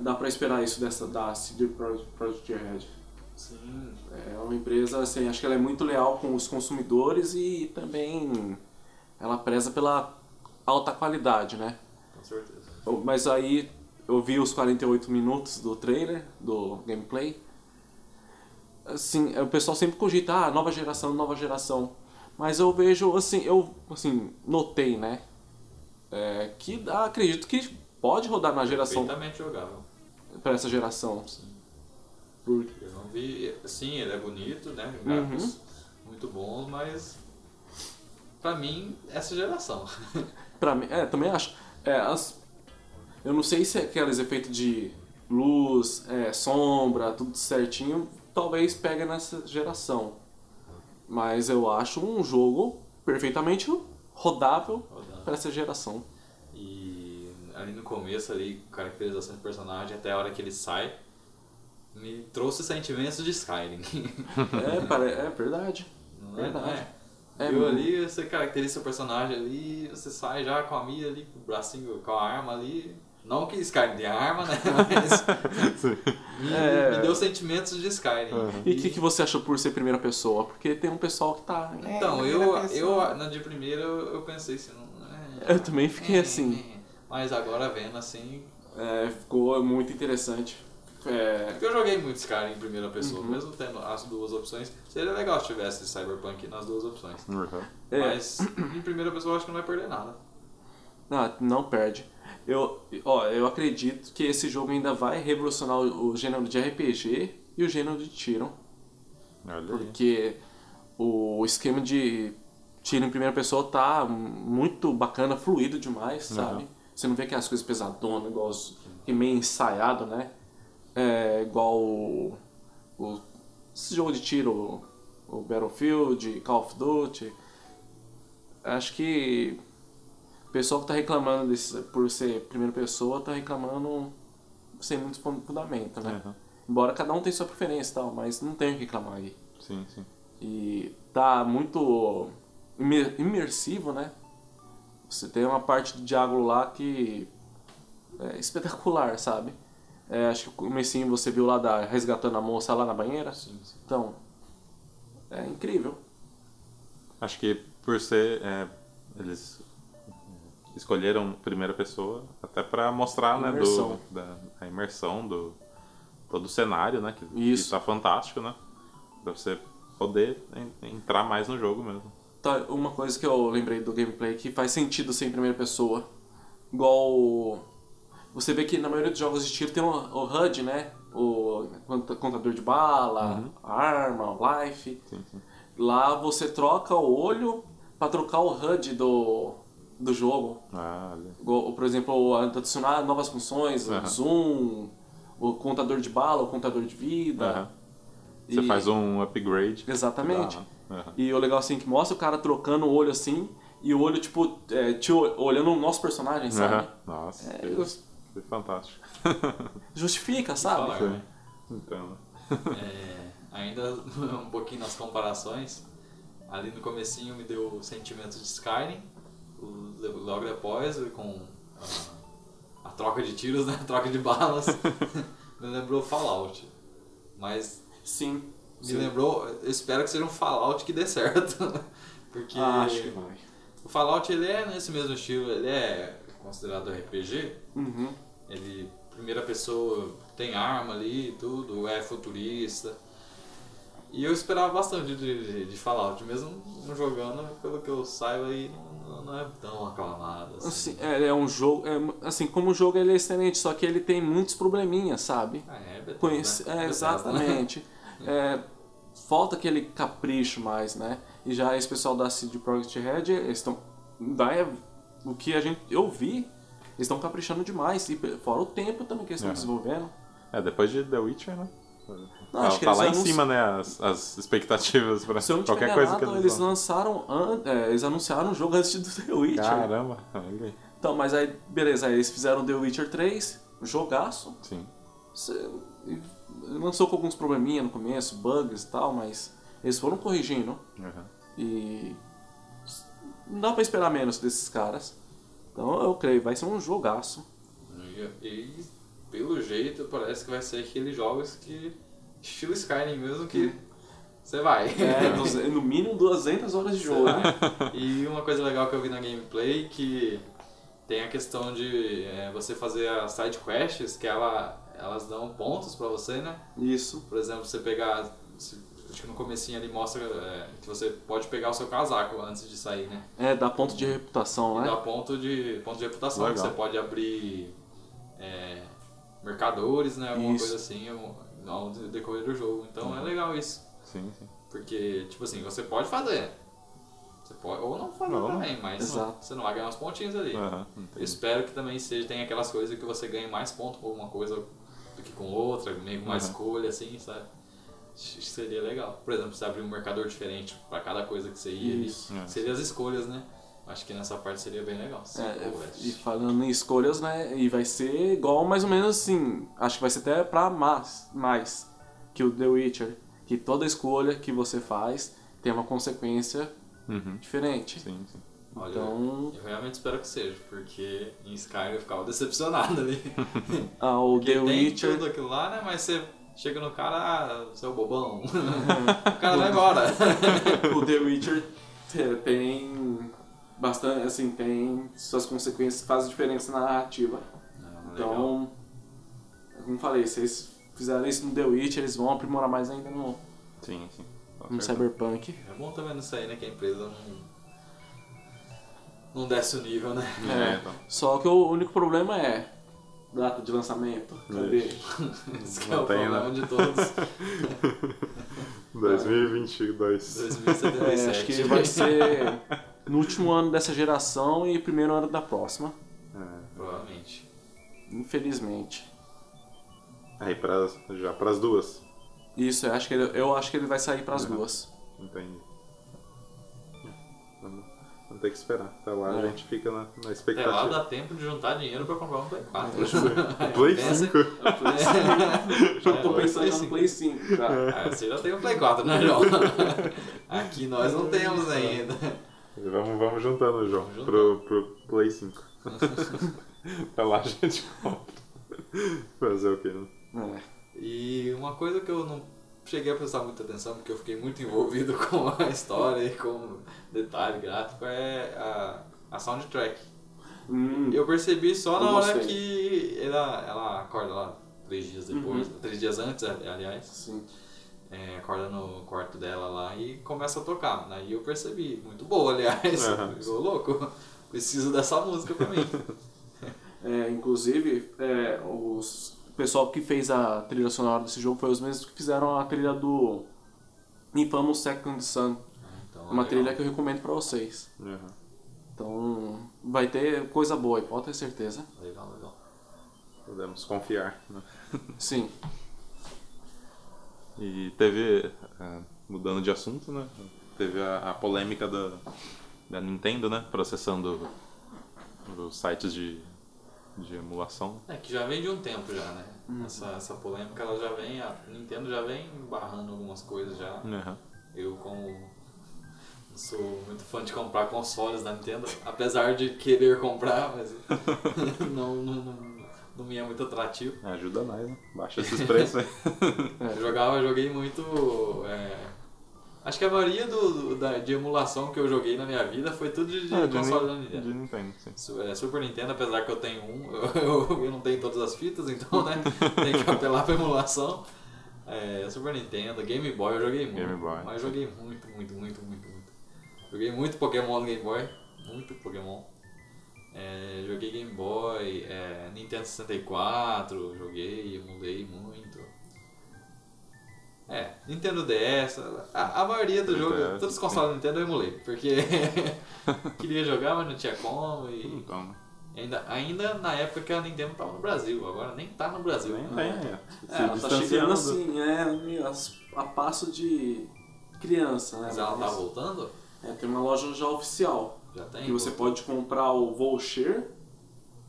dá pra esperar isso dessa, da CD Pro- Projekt Red. Sim, É uma empresa, assim, acho que ela é muito leal com os consumidores e também ela preza pela alta qualidade, né? com certeza. Eu- Mas aí eu vi os 48 minutos do trailer, do gameplay. Assim, é, o pessoal sempre cogita, ah, nova geração, nova geração. Mas eu vejo, assim, eu assim, notei, né? é, que dá- acredito que pode rodar na geração, Perfeitamente jogável. pra essa geração. Por- Eu não vi. Sim, ele é bonito, né? Gráficos muito bons, mas. Pra mim, essa geração. Pra mim, é, também acho. É, as- eu não sei se é aqueles efeitos de luz, é, sombra, tudo certinho, talvez pega nessa geração. Mas eu acho um jogo perfeitamente rodável Rodável. pra essa geração. E ali no começo, ali, caracterização de personagem, até a hora que ele sai, me trouxe sentimentos de Skyrim. É, pare- é verdade. Não é, não Verdade. é? É Viu muito. ali, você caracteriza seu personagem ali, você sai já com a mira ali, com o bracinho, com a arma ali. Não que Skyrim de arma, né? Mas Sim. me, É. me deu sentimentos de Skyrim. E o que, que você achou por ser primeira pessoa? Porque tem um pessoal que tá. Então, eu, eu na de primeira eu, eu pensei assim, não, é, Eu também fiquei é, assim. é. Mas agora vendo assim. É, ficou muito interessante. É, Porque eu joguei muito Skyrim em primeira pessoa, Uhum. mesmo tendo as duas opções. Seria legal se tivesse Cyberpunk nas duas opções. Uhum. É. Mas em primeira pessoa eu acho que não vai perder nada. Não, não perde. Eu, ó, eu acredito que esse jogo ainda vai revolucionar o, o gênero de RPG e o gênero de tiro. Olha aí. Porque o esquema de tiro em primeira pessoa tá muito bacana, fluido demais, sabe? Você não vê aquelas coisas pesadonas, igual os, que meio ensaiado, né? É igual o, o- esse jogo de tiro, o Battlefield, Call of Duty. Acho que o pessoal que tá reclamando desse, por ser primeira pessoa tá reclamando sem muito fundamento, né? Uhum. Embora cada um tenha sua preferência e tal, mas não tem o que reclamar aí. Sim, sim. E tá muito imer- imersivo, né? Você tem uma parte do Diablo lá que é espetacular, sabe? É, acho que o comecinho você viu lá da resgatando a moça lá na banheira. Sim, sim. Então, é incrível. Acho que por ser. é, eles escolheram primeira pessoa até pra mostrar, né, do, Imersão. da, a imersão do todo o cenário, né, que, Isso. que tá fantástico, né? Pra você poder en- entrar mais no jogo mesmo. Tá, uma coisa que eu lembrei do gameplay que faz sentido ser em primeira pessoa. Igual. Você vê que na maioria dos jogos de tiro tem o, o HUD, né? O conta- contador de bala, a arma, o life. Uhum. Sim, sim. Lá você troca o olho pra trocar o HUD do, do jogo. Ah, olha. aí. Igual, Por exemplo, adicionar novas funções, o Aham. zoom, o contador de bala, o contador de vida. Aham. Você Ah, E- faz um upgrade. Exatamente. Da- Aham. E o legal assim que mostra o cara trocando o olho assim e o olho, tipo, é, te ol- olhando o nosso personagem, sabe? Aham. Nossa, É, que- eu- foi fantástico. Justifica, sabe? Fala. Foi. Então, É, ainda um pouquinho nas comparações, ali no comecinho me deu sentimentos de Skyrim, o- logo depois com ah, troca de tiros, né? Troca de balas. Me lembrou Fallout. Mas Sim. me Sim. lembrou. Eu espero que seja um Fallout que dê certo. Porque Ah, Acho que vai. o Fallout ele é nesse mesmo estilo, ele é considerado RPG. Uhum. Ele, primeira pessoa, tem arma ali e tudo, é futurista. E eu esperava bastante de, de, de Fallout, mesmo não jogando, pelo que eu saiba, aí não, não é tão aclamado. Assim. Assim, é, é um jogo. é, assim, como o jogo ele é excelente, só que ele tem muitos probleminhas, sabe? Ah, é, Bethesda, Conhece... né? É, Bethesda, né? exatamente. É, falta aquele capricho mais, né? E já esse pessoal da CD Projekt Red, eles estão. Daí o que a gente. Eu vi, eles estão caprichando demais. E fora o tempo também que eles estão Uhum. desenvolvendo. É, depois de The Witcher, né? Não, tá acho que tá eles lá em anunci- cima, né? As, as expectativas pra Se eu não tiver qualquer coisa enganado, que eles, eles lancem. lançaram. an- é, eles anunciaram o jogo antes do The Witcher. Caramba, olha aí. Então, mas aí, beleza, aí eles fizeram The Witcher 3, jogaço. Sim. Cê- e Lançou com alguns probleminha no começo, bugs e tal, mas eles foram corrigindo. Uhum. E. Não dá pra esperar menos desses caras. Então eu creio, vai ser um jogaço. E, e, pelo jeito parece que vai ser aqueles jogos que. estilo Skyrim mesmo que. Você vai. Hum. É, duze- no mínimo 200 horas de jogo. né? E uma coisa legal que eu vi na gameplay é que tem a questão de é, você fazer as side quests, que ela, elas dão pontos pra você, né? Isso. Por exemplo, você pegar. se- Acho que no comecinho ali mostra é, que você pode pegar o seu casaco antes de sair, né? É, dá ponto de reputação, E dá né? ponto de, ponto de reputação. Legal. que Você pode abrir é, mercadores, né? Alguma Isso. coisa assim ao- ao decorrer do jogo. Então é legal isso. Sim, sim. Porque, tipo assim, você pode fazer. Você pode, ou não fazer Não, também, mas Exato. É. você não vai ganhar uns pontinhos ali. Aham, entendi. Eu espero que também seja, tenha aquelas coisas que você ganhe mais ponto com alguma coisa do que com outra, meio com uma Uhum. escolha, assim, sabe? Acho que seria legal. Por exemplo, você abrir um mercador diferente pra cada coisa que você ia ali. Isso. É. Seria as escolhas, né? Acho que nessa parte seria bem legal. se É, houvesse. e falando em escolhas, né? E vai ser igual, mais ou menos assim. Acho que vai ser até pra mais, mais que o The Witcher. Que toda escolha que você faz tem uma consequência Uhum. diferente. Sim, sim. Olha, Então, eu realmente espero que seja, porque em Skyrim eu ficava decepcionado ali. ah, o Porque The tem Witcher. tudo aquilo lá, né? Mas você chega no cara, ah, seu bobão. o cara vai embora. é o The Witcher te- tem bastante, assim, tem suas consequências, faz diferença na narrativa. Não, legal. Então, como falei, se eles fizeram isso no The Witcher, eles vão aprimorar mais ainda no, Sim, sim. Com no certeza. Cyberpunk. É bom também não sair, né? Que a empresa não. Não desce o nível, né? É, então. Só que o único problema é data de lançamento. Cadê? Esse que é Não o tem, problema né? de todos. 2022. 2077. É, acho tipo que vai ser no último ano dessa geração e primeiro ano da próxima, É. Provavelmente. infelizmente. Aí pra, já pras duas. Isso, eu acho que ele, eu acho que ele vai sair pras Uhum. duas. Entendi. Vamos, vamos ter que esperar. Até lá É. a gente fica na, na tá Até É, lá expectativa. dá tempo de juntar dinheiro pra comprar um Play 4. né? Play Pensa- 5. Já é Eu tô o pensando já no Play 5. Play 5 já. É. Ah, você já tem o Play 4, né, João? Aqui nós não temos ainda. Vamos, vamos juntando, João, Vamos pro, pro Play 5. pra lá a gente compra. Fazer o quê? né? É. E uma coisa que eu não cheguei a prestar muita atenção, porque eu fiquei muito envolvido com a história e com o detalhe gráfico, é a, a soundtrack. Hum, Eu percebi só na Eu hora gostei. que ela, ela acorda lá três dias depois, Uhum. três dias antes, ali- aliás, sim. é, acorda no quarto dela lá e começa a tocar. Aí eu percebi, muito boa, aliás, Aham. eu louco, preciso dessa música pra mim. É, inclusive, é, os o pessoal que fez a trilha sonora desse jogo foi os mesmos que fizeram a trilha do Infamous Second Sun. Então, Uma legal. trilha que eu recomendo pra vocês. Uhum. Então, vai ter coisa boa, aí, pode ter certeza. Legal, legal. Podemos confiar. né? Sim. E teve, ah, mudando de assunto, né? Teve a, a polêmica da, da Nintendo, né? Processando os sites de, de emulação. É que já vem de um tempo já, né? Uhum. Essa, essa polêmica ela já vem, a Nintendo já vem barrando algumas coisas já. Uhum. Eu como não sou muito fã de comprar consoles da Nintendo, apesar de querer comprar, mas não, não, não- não me é muito atrativo. Ajuda nós, né? Baixa esses preços aí. Eu jogava, eu joguei muito. é, Acho que a maioria do, do- da, de emulação que eu joguei na minha vida foi tudo de, de É, console né? da Ni- Nintendo. de Nintendo, sim. Su- é, Super Nintendo, apesar que eu tenho um, eu, eu não tenho todas as fitas, então, né? Tem que apelar pra emulação. É, Super Nintendo, Game Boy eu joguei muito. Game Boy. Mas eu joguei muito, muito, muito, muito, muito. Joguei muito Pokémon no Game Boy. Muito Pokémon. É, joguei Game Boy, é, Nintendo 64, joguei, emulei muito. É, Nintendo DS, a, a maioria do jogo, 3DS, todos os sim. consoles da Nintendo eu emulei, porque queria jogar, mas não tinha como e Então, né? ainda, ainda na época que a Nintendo tava no Brasil, agora nem tá no Brasil. nem né? tem. É, é. ela tá distanciando chegando Chegando do- assim, é, meio as- a passo de criança, né? Mas ela tá Mas- voltando? É, tem uma loja já oficial. Já tá tem? que você pode comprar o voucher,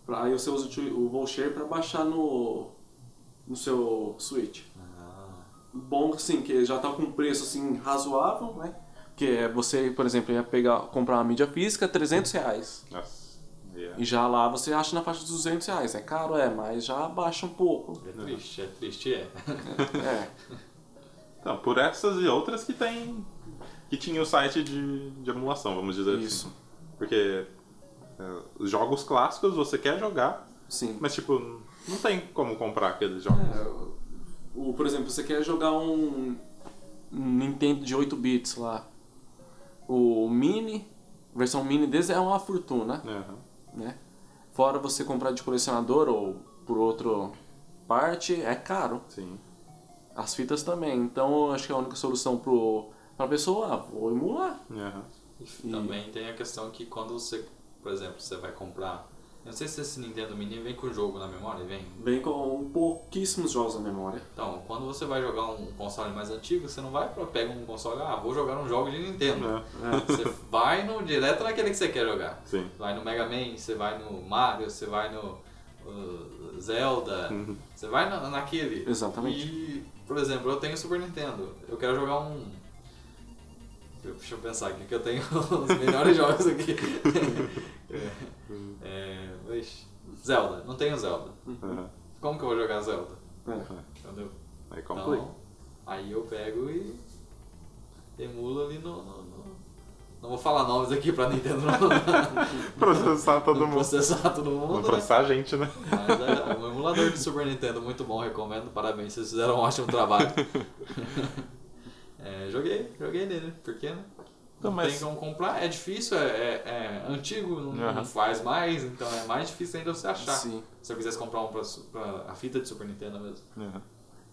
pra, aí você usa o tu- o voucher pra baixar no, no seu Switch. Ah, Bom, assim, que já tá com um preço assim razoável, né? Que é você, por exemplo, ia pegar, comprar uma mídia física, 300 reais. Nossa. é. Yeah. E já lá você acha na faixa de 200 reais. É caro, é, mas já baixa um pouco. é triste, é triste, é. É. Então, por essas e outras que tem. que tinha o site de, de emulação, vamos dizer Isso. assim. Porque é, os jogos clássicos você quer jogar, Sim. mas tipo, não tem como comprar aqueles jogos. É. O, por exemplo, você quer jogar um um Nintendo de 8 bits lá. O Mini, versão Mini desse é uma fortuna, Aham. né? Fora você comprar de colecionador ou por outra parte, é caro. Sim. As fitas também. Então eu acho que a única solução pro, pra pessoa, ah, vou emular. Aham. E também tem a questão que quando você, por exemplo, você vai comprar. Eu não sei se esse Nintendo Mini vem com o jogo na memória, vem. Vem com pouquíssimos jogos na memória. Então, quando você vai jogar um console mais antigo, você não vai pra pega um console, ah, vou jogar um jogo de Nintendo. É, Você vai no direto naquele que você quer jogar. Sim. Vai no Mega Man, você vai no Mario, você vai no uh, Zelda, Uhum. você vai na, naquele. Exatamente. E, por exemplo, eu tenho Super Nintendo. Eu quero jogar um. Deixa eu pensar aqui que eu tenho os melhores jogos aqui. é, é, ixi, Zelda, não tenho Zelda. Aham. Como que eu vou jogar Zelda? É. Entendeu? Aí complica. Então, aí eu pego e emulo ali no. no- no- Não vou falar nomes aqui pra Nintendo não, Processar todo não mundo. processar todo mundo. Vamos né? processar a gente, né? Mas é, um emulador de Super Nintendo muito bom, recomendo. Parabéns, vocês fizeram um ótimo trabalho. É, joguei, joguei nele, porque né, Então, não mas- tem como comprar, é difícil, é, é- é antigo, não, não Aham. faz mais, então é mais difícil ainda você achar. Sim. Se eu quisesse comprar um pra, su- pra a fita de Super Nintendo mesmo. Aham.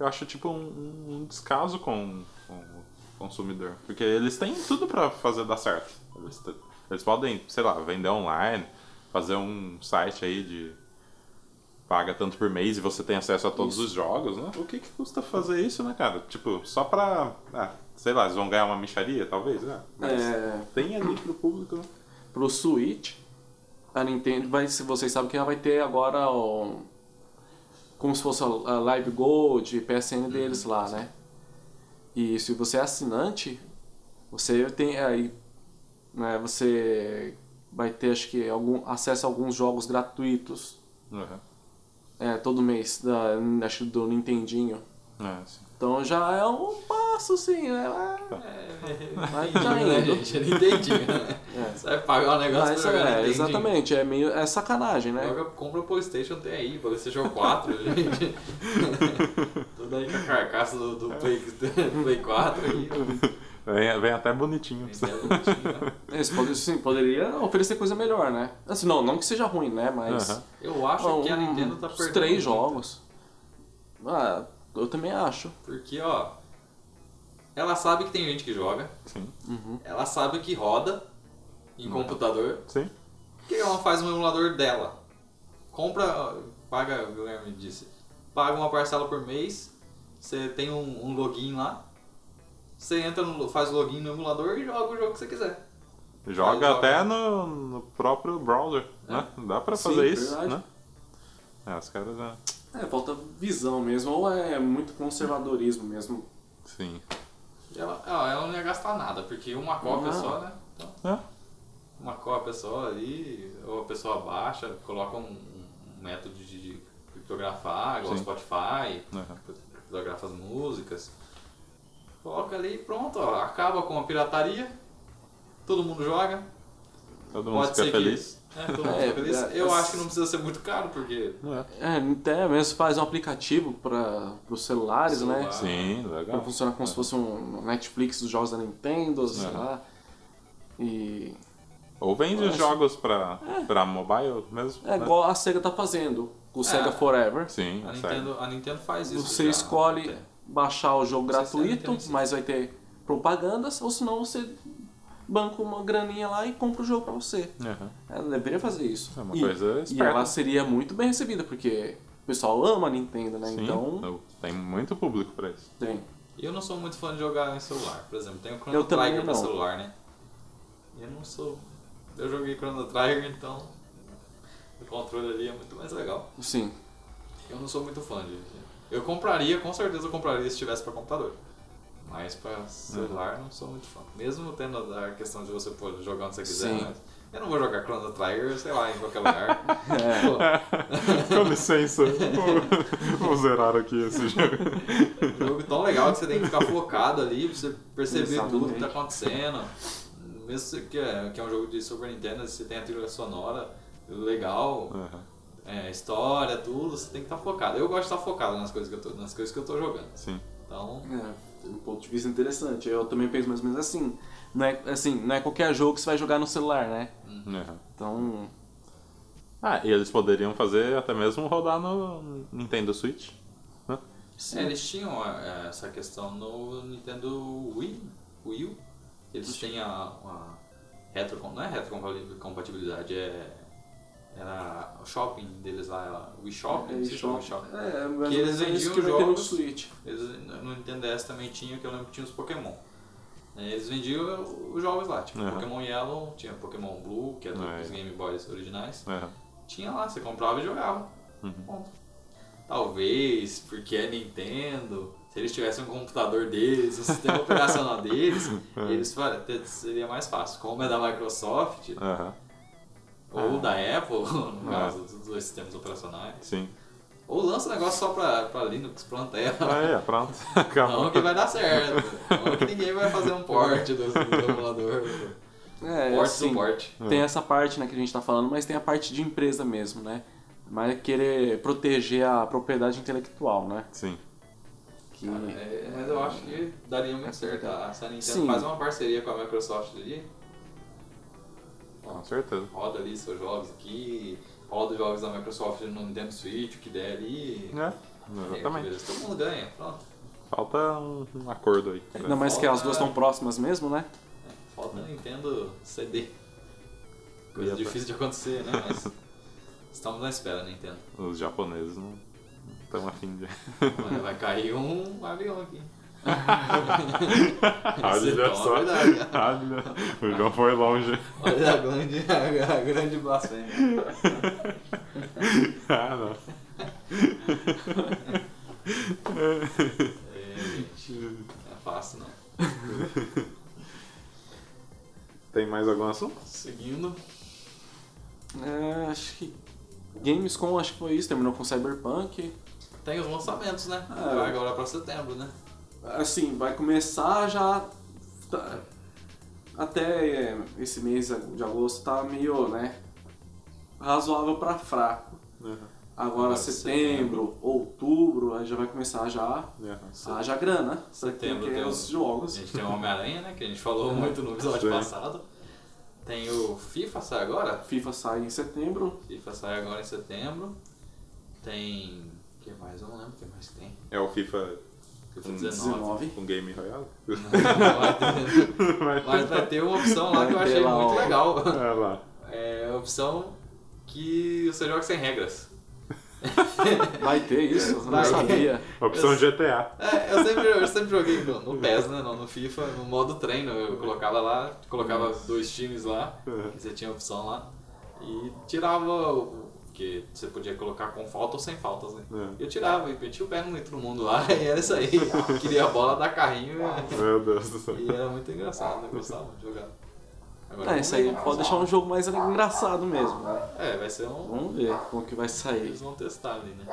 Eu acho tipo um, um descaso com, com o consumidor. Porque eles têm tudo pra fazer dar certo. Eles, te- eles podem, sei lá, vender online, fazer um site aí de. paga tanto por mês e você tem acesso a todos os jogos, né? O que, que custa fazer isso, né, cara? Tipo, só pra. ah, sei lá, eles vão ganhar uma micharia, talvez, né? Mas É. tem ali pro público, né? pro Switch, a Nintendo vai, se vocês sabem que ela vai ter agora o, como se fosse a a Live Gold, PSN deles lá, né? E se você é assinante, você tem aí, né, você vai ter acho que algum acesso a alguns jogos gratuitos Aham. é, todo mês da acho que do Nintendinho. É, sim. Então já é um passo sim, né? Ah, Vai Entendi, tá né, indo. gente? Eu não entendi, né? É. Você vai pagar um negócio Mas, pra jogar é, Nintendinho. exatamente, é meio é sacanagem, né? Joga, compra o Playstation tem aí, Playstation 4, gente. Tudo aí com a carcaça do, do Play, do Play 4 aí. Vem, vem até bonitinho. Esse é bonitinho, né? É, você pode- sim, poderia oferecer coisa melhor, né? Assim, não, não que seja ruim, né? Mas. Aham. Eu acho ó, que a um- Nintendo tá uns perdendo. três muito, jogos. Ah, eu também acho. Porque, ó. Ela sabe que tem gente que joga, Sim. Hum. ela sabe que roda em computador. Sim. Por que ela não faz um emulador dela? Compra. ó, Paga, o Guilherme disse. Paga uma parcela por mês. Você tem um, um login lá. Você entra, no, faz o login no emulador e joga o jogo que você quiser. Joga Joga. até no, no próprio browser, né? Dá pra É. Sim, fazer isso, verdade. né? É, os caras, né? É, falta visão mesmo, ou é muito conservadorismo mesmo. Sim. Ela, ah, ela não ia gastar nada, porque uma cópia Não. só, né? Então, É, uma cópia só ali, ou a pessoa baixa, coloca um, um método de, de criptografar, igual o Sim. Spotify, Aham. criptografa as músicas. Coloca ali e pronto, ó, acaba com a pirataria, todo mundo joga. Todo mundo fica feliz. É, todo mundo É, fica feliz. é, Eu é, acho que não precisa ser muito caro, porque É, até mesmo faz um aplicativo para os celulares, né? Celular. Sim, Pra legal. funcionar como se fosse um Netflix dos jogos da Nintendo, sei Aham. lá. E Ou vende Nossa. jogos pra, pra mobile mesmo. é né? igual a SEGA tá fazendo, com o SEGA Forever. Sim, a é sério. Nintendo, a Nintendo faz isso. Você já, escolhe até. baixar o jogo Não sei se é gratuito, Nintendo, sim. mas vai ter propagandas, ou senão você banca uma graninha lá e compra o jogo pra você. Aham. Ela deveria fazer isso. É uma e, coisa e esperta. ela né, seria muito bem recebida, porque o pessoal ama a Nintendo, né? Sim, Então, eu- tem muito público pra isso. tem. Eu não sou muito fã de jogar em celular, por exemplo. Tem o Chrono Eu também Trigger pra não. celular, né? Eu não sou. Eu joguei Chrono Trigger, então. O controle ali é muito mais legal. Sim. Eu não sou muito fã de. Eu compraria, com certeza eu compraria se tivesse pra computador. Mas pra celular não sou muito fã. Mesmo tendo a questão de você pôr jogar onde você quiser, Sim. mas eu não vou jogar Chrono Trigger, sei lá, em qualquer lugar. É. Com licença, vou- vou zerar aqui esse jogo. um jogo tão legal que você tem que ficar focado ali pra você perceber tudo Exatamente. que tá acontecendo. Mesmo que é, que é um jogo de Super Nintendo, você tem a trilha sonora legal, Aham, é, história, tudo, você tem que estar focado. Eu gosto de estar focado nas coisas que eu tô, nas coisas que eu tô jogando. Sim. Então, É, um ponto de vista interessante. Eu também penso mais ou menos assim. Não é, assim, não é qualquer jogo que você vai jogar no celular, né? Aham. Então, Ah, e eles poderiam fazer até mesmo rodar no Nintendo Switch. né? sim. É, eles tinham é, essa questão no Nintendo Wii, Wii U. Eles têm a, a retro, não é retrocompatibilidade, é era o shopping deles lá, era o Wii Shopping, não sei se chama Wii Shopping. É, mas Que eles é isso vendiam que vai ter no jogos. Switch. Eles, no Nintendo DS também tinha, que eu lembro que tinha os Pokémon. É, Eles vendiam os jogos lá, tipo É. Aham. Pokémon Yellow, tinha Pokémon Blue, que é Ah, dos é. Game Boys originais. Aham. Tinha lá, você comprava e jogava. É. Uhum. Ponto. Talvez, porque é Nintendo, se eles tivessem um computador deles, o sistema operacional deles, É. eles fa- te- seria mais fácil. Como é da Microsoft, Aham. ou da Apple, no Ah. caso dos dois sistemas operacionais. Sim. Ou lança um negócio só pra, pra Linux, pra Antela. Aí, ó, Ah, é, pronto. Não que Acabou. vai dar certo. Não que ninguém vai fazer um port do, do emulador. É, Port assim, suporte. Tem essa parte né, que a gente tá falando, mas tem a parte de empresa mesmo, né? Mas querer proteger a propriedade intelectual, né? Sim. Que... Cara, é, mas eu acho que daria muito certo. A se a Nintendo Sim. faz uma parceria com a Microsoft ali, Com certeza. roda ali seus jogos aqui, roda os jogos da Microsoft no Nintendo Switch, o que der ali. É, É, exatamente. beleza, todo mundo ganha, pronto. Falta um, um acordo aí. Ainda mais que as duas estão próximas mesmo, né? É, falta a Nintendo CD. Coisa Ia pra- difícil de acontecer, né? Mas estamos na espera, Nintendo. Os japoneses não estão afim de... Olha, vai cair um avião aqui. Você Ah, Olha toma só. Ah, cuidado, né? Olha, o João foi longe. Olha a grande, a grande blasfêmia. Ah, não. É, gente, não é fácil não. Tem mais algum assunto? Seguindo, É, acho que. Gamescom, acho que foi isso, terminou com Cyberpunk. tem os lançamentos, né? É. Ah. Vai agora pra setembro, né? Assim, vai começar já. tá- até é, esse mês de agosto tá meio, né? Razoável pra fraco. Agora É, Agora, né? setembro, outubro, aí já vai começar já. é. Haja grana. né? pra Setembro quem quer tem um- os A jogos. gente tem o Homem-Aranha, né? Que a gente É. falou muito no episódio Sim. passado. Tem o FIFA sai agora? FIFA sai em setembro. FIFA sai agora em setembro. Tem. O que mais? Eu não lembro o que mais que tem. É o FIFA FIFA Hum, 19. 19. com Game Royale? Mas vai ter uma opção lá que eu Vai ter achei lá um- muito o- legal. É lá. É a opção que você joga sem regras. Vai ter isso, eu não Vai. sabia. Opção GTA. É, eu sempre, eu sempre joguei no, no PES, né? Não, no FIFA, no modo treino. Eu colocava lá, colocava dois times lá, que você tinha opção lá, e tirava o que você podia colocar com falta ou sem faltas, né? É. Eu tirava e metia o pé no meio de todo mundo lá, e era isso aí. Queria a bola, dar carrinho, Meu Deus do céu. e, e era muito engraçado, eu gostava de jogar. Agora É, isso aí vamos pode ver. deixar um jogo mais engraçado mesmo. né? É, vai ser um. Vamos ver como que vai sair. Eles vão testar ali, né?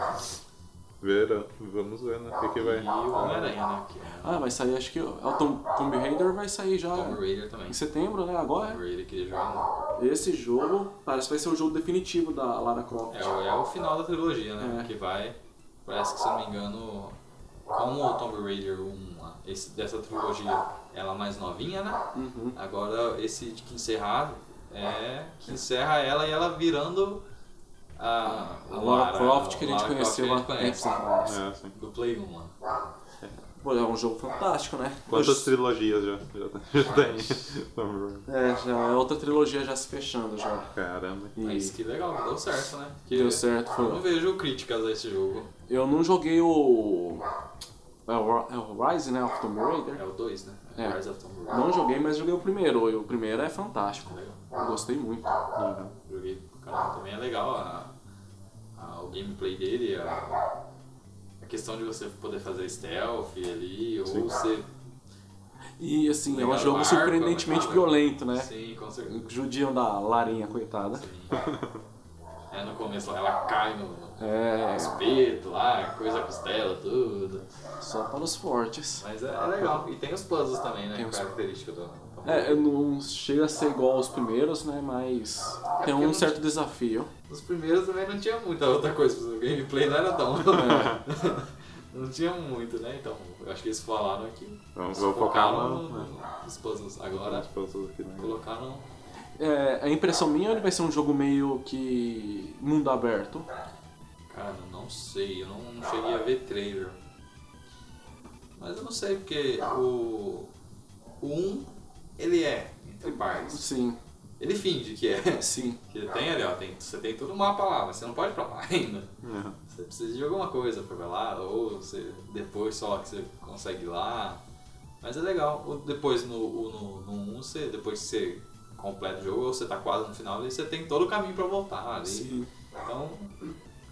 Verão. Vamos ver, né? O que, que vai. E o Homem-Aranha, né? Que é Ah, vai sair, acho que o o Tom- Tomb Raider vai sair já né? Tomb Raider também. em setembro, né? Tomb Agora. Raider que ele joga. Esse jogo parece que vai ser o jogo definitivo da Lara Croft. É, o- é o final da trilogia, né? É. Que vai. Parece que, se eu não me engano, como o Tomb Raider 1, lá, esse, dessa trilogia, ela é mais novinha, né? Uhum. Agora, esse de que encerrar é que encerra ela e ela virando a, A Lara Croft que a gente Lara Croft que conheceu a há gente conhece, tempos atrás. É, assim. do Play 1 lá. Pô, é um jogo fantástico, né? Quantas Eu- trilogias já, já, já tem? Tomb Raider. É, já é outra trilogia já se fechando já. Caramba. E Mas É que legal, deu certo, né? Que deu certo, Eu não foi. vejo críticas a esse jogo. Eu não joguei o. É o Ri- é o Rise, né? Of Tomb É Raider. o 2, né? É. Rise of Tomb Raider. Não joguei, mas joguei o primeiro. E o primeiro é fantástico. Legal. Eu Gostei muito. Joguei pro canal também, é legal a, a- o gameplay dele, a, a questão de você poder fazer stealth ali, ou Sim. você... E assim, é Legal, um jogo arco, surpreendentemente legal. violento, né? Sim, com certeza. Judiam da Larinha, coitada. É, no começo lá ela cai no É, espeto lá, coisa costela, tudo. só para os fortes. Mas é, é legal. E tem os puzzles também, né? Tem os- Característica do. do- É, não chega a ser igual aos primeiros, né? Mas tem um certo desafio. Os primeiros também não tinha muita outra coisa, o gameplay não era tão. né? não tinha muito, né? Então, eu acho que eles falaram aqui. Vamos, vamos focar no. no- né? nos puzzles. Nas Agora pessoas aqui, né? colocaram. É, a impressão minha ele vai ser um jogo meio que mundo aberto. Cara, não sei, eu não, não cheguei a ver trailer. Mas eu não sei, porque o. O 1, ele é, entre partes. Sim, Ele finge que é. sim. Que tem ali, ó, tem, você tem todo o mapa lá, mas você não pode ir pra lá ainda. É. Você precisa de alguma coisa pra ir lá, ou você depois só que você consegue ir lá. Mas é legal. Ou depois no 1, no, no 1 você, depois que você completa o jogo, ou você tá quase no final ali, você tem todo o caminho pra voltar ali. sim. Então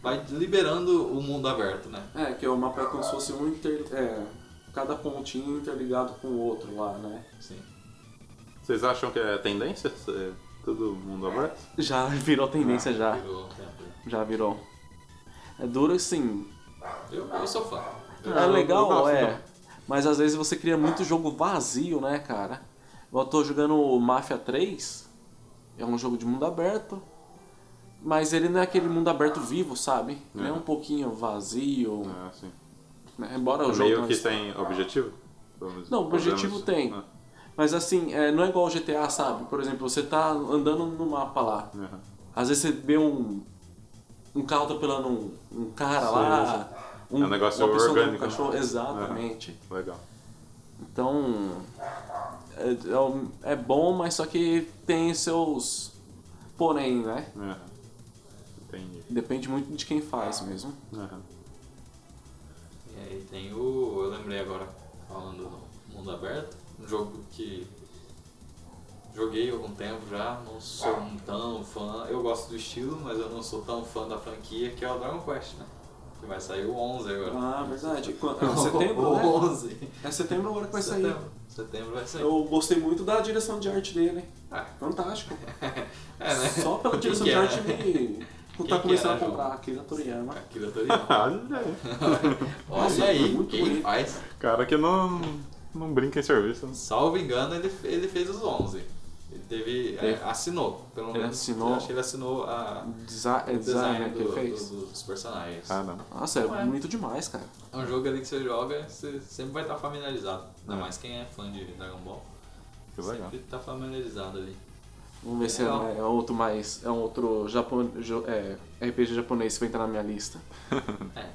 vai liberando o mundo aberto, né? É, que o mapa é como se fosse um inter... É, cada pontinho interligado com o outro lá, né? Sim. Vocês acham que é tendência? ser Todo mundo aberto? Já virou tendência, já. Virou né? tempo. Já virou. É duro, assim, Eu, eu sou fã. Eu- É Eu- eu legal, gosto, é. então. Mas às vezes você cria muito jogo vazio, né, cara? Eu tô jogando Mafia 3, é um jogo de mundo aberto, mas ele não é aquele mundo aberto vivo, sabe? Ele é É. um pouquinho vazio, É, assim. né? embora o jogo... É Meio tenha que sem uma objetivo? Vamos- Não, objetivo podemos- tem. Ah, Mas assim, é, não é igual ao GTA, sabe? Por exemplo, você tá andando no mapa lá. aham. Às vezes você vê um. um carro atropelando um, um cara Sim, lá. Um, É um negócio uma pessoa dando um orgânico, né? cachorro. Exatamente. Legal. Então. É, é um- é bom, mas só que tem seus. Porém, né? Aham. É. Entendi. É. Depende muito de quem faz mesmo. Aham. E aí tem o. Eu lembrei agora, falando do mundo aberto, um jogo que joguei há algum tempo já, não sou um tão fã. Eu gosto do estilo, mas eu não sou tão fã da franquia, que é o Dragon Quest, né? Que vai sair o 11 agora. Ah, verdade. O- setembro, o né? 11. É setembro agora que vai sair. Setembro, setembro vai sair. Eu gostei muito da direção de arte dele. Ah. Fantástico. É, né? Só pela Quem direção que de é, arte né? me. que é, Tá começando né, a comprar Akira Toriyama. Akira Toriyama. Olha aí. Olha Nossa, aí, muito quem bonito. faz? Cara que não, não brinca em serviço. né? Salvo engano, ele, fe- ele fez os 11. Ele teve. Ele- eh, assinou, pelo ele menos. assinou. Eu acho que ele assinou a. Design, é o design design né, que ele do- fez. do- dos personagens. Ah, não. Nossa, é bonito demais, cara. É um jogo ali que você joga, você sempre vai estar familiarizado. Ainda mais quem é fã de Dragon Ball. Que legal. Sempre tá familiarizado ali. Vamos ver se é, Legal. é outro mais. É um outro japon, jo- é, RPG japonês que vai entrar na minha lista. É.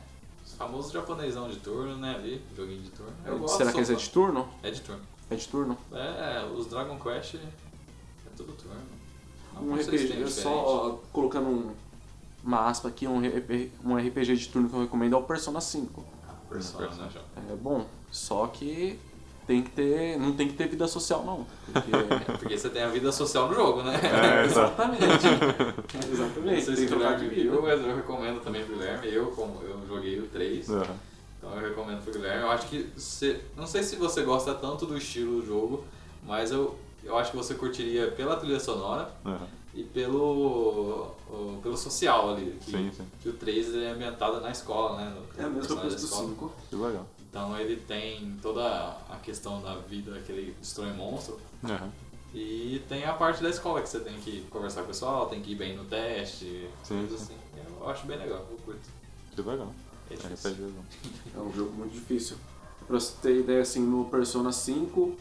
Os famosos japonesão de turno, né? Ali, joguinho de turno. Eu gosto, Será que sou esse é fã. de turno? É de turno. É de turno? É, os Dragon Quest é tudo turno. Não Um sei se tem RPG, eu diferente. só colocando um- uma aspa aqui, um, RP um RPG de turno que eu recomendo é o Persona 5. Persona, Persona. né, João? É bom, só que tem que ter. Não tem que ter vida social não. Porque... Porque você tem a vida social no jogo, né? É, exato. Exatamente. Não Exatamente. sei Tem se que o trocar de Guilherme vida. viu, mas eu recomendo também pro Guilherme. Eu, como eu joguei o 3, Aham. então eu recomendo pro Guilherme. Eu acho que você. Não sei se você gosta tanto do estilo do jogo, mas eu eu acho que você curtiria pela trilha sonora Aham. e pelo o- pelo social ali. Que, Sim, sim. que o 3 ele é ambientado na escola, né? no- É a no mesma personagem coisa da do escola. 5. Que legal. Então ele tem toda a questão da vida que ele destrói um monstro. Aham. E tem a parte da escola que você tem que conversar com o pessoal, tem que ir bem no teste, Sim, coisas sim. assim. Eu acho bem legal, eu curto. Que legal. É difícil. RPGzão. É um jogo muito difícil. Pra você ter ideia, assim, no Persona 5,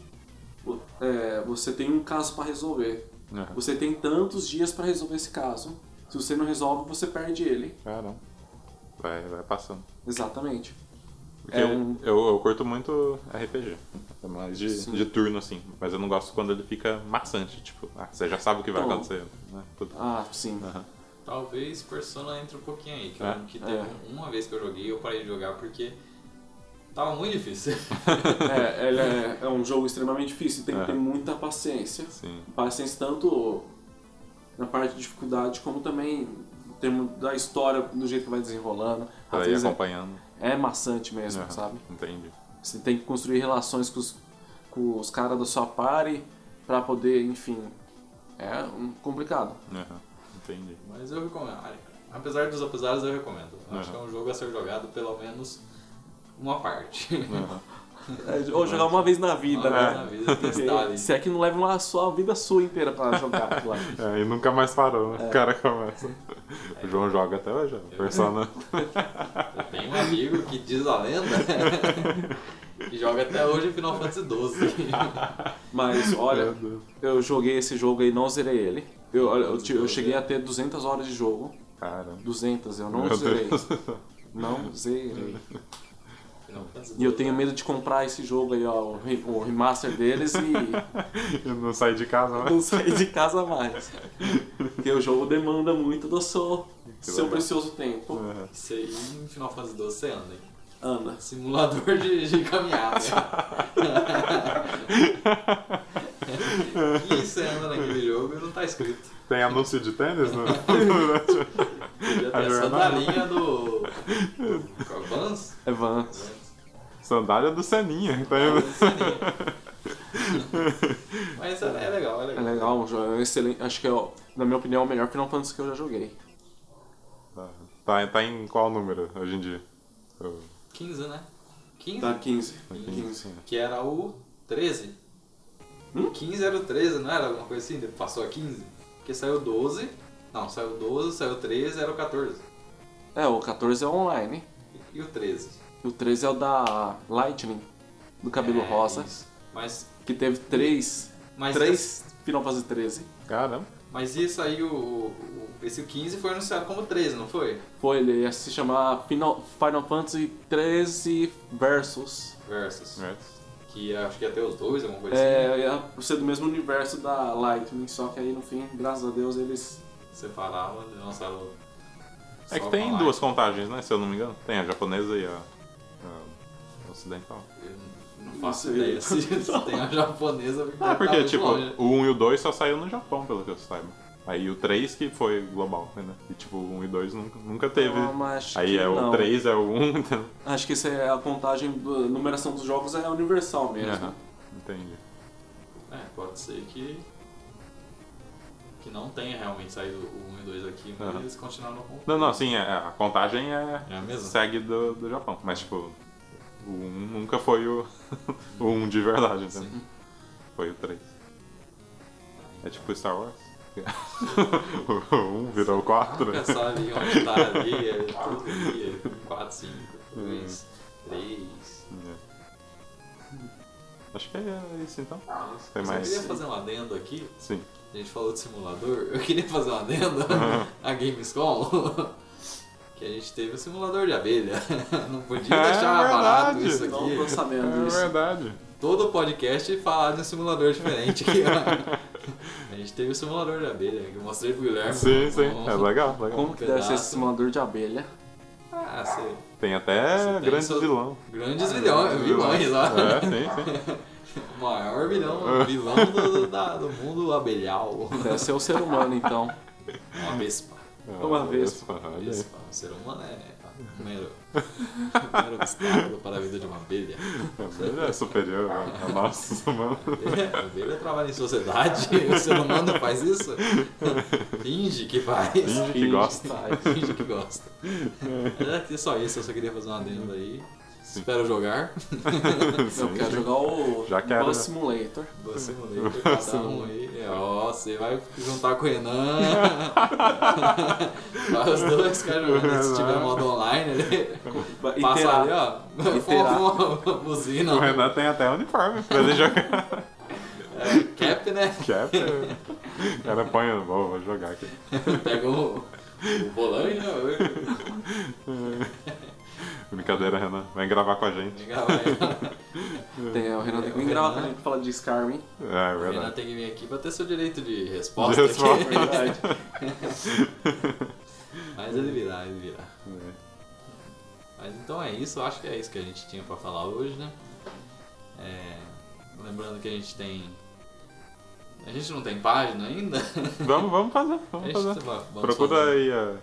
vo- é, você tem um caso pra resolver. Aham. Você tem tantos dias pra resolver esse caso. Se você não resolve, você perde ele. Caramba. Vai, vai passando. Exatamente. Porque É um- eu, eu curto muito RPG. É mais de, Sim. de turno, assim. Mas eu não gosto quando ele fica maçante. Tipo, ah, você já sabe o que vai Então- acontecer. Né? Tudo. Ah, sim. Aham. Talvez Persona entre um pouquinho aí, que eu É? lembro que teve É. uma vez que eu joguei eu parei de jogar porque tava muito difícil. É, ele é, é um jogo extremamente difícil, tem que É. ter muita paciência. Sim. Paciência tanto na parte de dificuldade, como também no termo da história, do jeito que vai desenrolando. Às Pra ir vezes é, acompanhando. é maçante mesmo, Aham. sabe? Entendi. Você tem que construir relações com os, com os caras da sua party pra poder, enfim. É um- complicado. Aham. Entendi. Mas eu recomendo. Ah, Apesar dos apesares, eu recomendo. Eu Acho que Uhum. é um jogo a ser jogado pelo menos uma parte. Aham. É, Ou jogar uma vez na Uma vida, vez né? na vida, testar ali. Porque Se é que não leva uma sua a vida sua inteira pra jogar aquilo lá. É, e nunca mais parou, É. né? O cara começa. O João joga até hoje, ó. Persona. Eu tenho um amigo que diz a lenda né? que joga até hoje Final Fantasy XII. Mas olha, Meu Deus. eu joguei esse jogo aí, não zerei ele. Eu, olha, eu, ti- eu cheguei a ter 200 horas de jogo. Caramba. 200, eu não Meu zerei. Deus. Não zerei. Final Fantasy né? E eu XII. tenho medo de comprar esse jogo aí, ó, o re- o remaster deles e Eu não saí de casa, né? não sair de casa mais. Porque o jogo demanda muito do seu, seu legal. precioso tempo. Aham. Isso aí em Final Fantasy XII você anda. hein? Ana. Simulador de, de caminhada. e você anda naquele jogo e não tá escrito. Tem anúncio de tênis? né? Não? Podia A ter a jornada. sandalinha do. do né? Vans? É Vans. Sandália do Seninha. Tá aí. Mas é, é legal, é É legal. legal, um jogo, é excelente. Acho que, ó, na minha opinião, é o melhor Final Fantasy que eu já joguei. Tá, tá em qual número hoje em dia? Eu- 15, né? 15? Tá 15. eu 15. tenho- Que era o 13. Hum? 15 era o 13, não era alguma coisa assim? Depois Passou a 15? Porque saiu 12. Não, saiu 12, saiu 13, era o 14. É, o 14 é online. E o 13. E o 13 é o da Lightning, do cabelo É, rosa, isso. Mas. que teve 3. mas 3 Final Fantasy 13. Caramba. Mas isso aí, o, o, esse 15 foi anunciado como 13, não foi? Foi, ele ia se chamar Final, Final Fantasy 13 Versus. Versus. É. Que acho que ia ter os dois, alguma coisa assim. É, ia ser do mesmo universo da Lightning, só que aí no fim, graças a Deus, eles. né? Separaram, lançaram. É só que tem com a duas contagens, né? Se eu não me engano. Tem a japonesa e a, a ocidental. live. Eu não faço Não sei. ideia se, se tem a japonesa. Ah, tá porque, muito tipo, longe, né? o 1 e o 2 só saiu no Japão, pelo que eu saiba. Aí o 3 que foi global, né? E, tipo, o 1 e 2 nunca, nunca teve. Não, mas acho Aí que é não. o 3, é o 1, entendeu? Acho que essa é a contagem, do- a numeração dos jogos é universal mesmo. Aham, Entendi. É, pode ser que. Que não tenha realmente saído o 1 e 2 aqui, mas Aham. eles continuaram com. Não, não, assim, é- a contagem é, É a mesma? segue do, do Japão. Mas, tipo, o 1 nunca foi o, o 1 de verdade, entendeu? Sim. Foi o 3. É tipo Star Wars. o 1 virou o 4. Nunca sabe onde tá ali, é tudo ali, é 4, 5, Hum. 2, 3. É. Acho que é isso então. Eu Tem só mais. queria fazer um adendo aqui. Sim. A gente falou de simulador, eu queria fazer uma adenda à Gamescom. Que a gente teve um simulador de abelha. Não podia É deixar barato verdade. Tá isso Não tô aqui. É sabendo disso. verdade. Todo podcast falar de um simulador diferente. aqui, ó. a gente teve o simulador de abelha, que eu mostrei pro Guilherme. Sim, sim. Um- É legal, legal. Como que deve ser esse Pedaço. simulador de abelha? Ah, sim. Tem até Você tem grande seu- vilão. Grandes vilões, vilões lá. É, sim, sim. O maior vilão, vilão do, do- da- do mundo abelhal. Deve ser o ser humano, então. Uma vespa. Uma Ah, vez. olha aí. vespa. O ser humano é um mero, um mero obstáculo para a vida de uma abelha. A abelha é superior a nós, humanos. É, a abelha trabalha em sociedade, o ser humano faz isso? Finge que faz. Finge que gosta. faz, Finge que gosta. É que só isso, eu só queria fazer uma adendo aí. Sim. Espero jogar. Sim. Eu quero jogar o Já quero, né? Bus Simulator. Você moleque, cada um aí. É, ó, você vai juntar com o Renan. Vai Os dois caras jogando. Se tiver modo online, ele Vai passa iterar. ali, ó. Iterar. Uma, uma buzina. O Renan tem até uniforme pra ele jogar. É, cap, né? Cap. O cara põe, vou, vou jogar aqui. Pega o, o volante, né? Brincadeira, Renan. Vem gravar com a gente. Legal, aí. Tem, o Renan tem É, que o vir gravar pra Renan. gente falar de Skyrim. É, é O Renan verdade. tem que vir aqui pra ter seu direito de resposta. De É resposta. aqui. Verdade. Mas ele virá, ele virá. É. Mas então é isso, eu acho que é isso que a gente tinha pra falar hoje, né? É, lembrando que a gente tem. A gente não tem página ainda? Vamos, vamos fazer, A vamos gente fazer. va- vamos Procura fazer aí a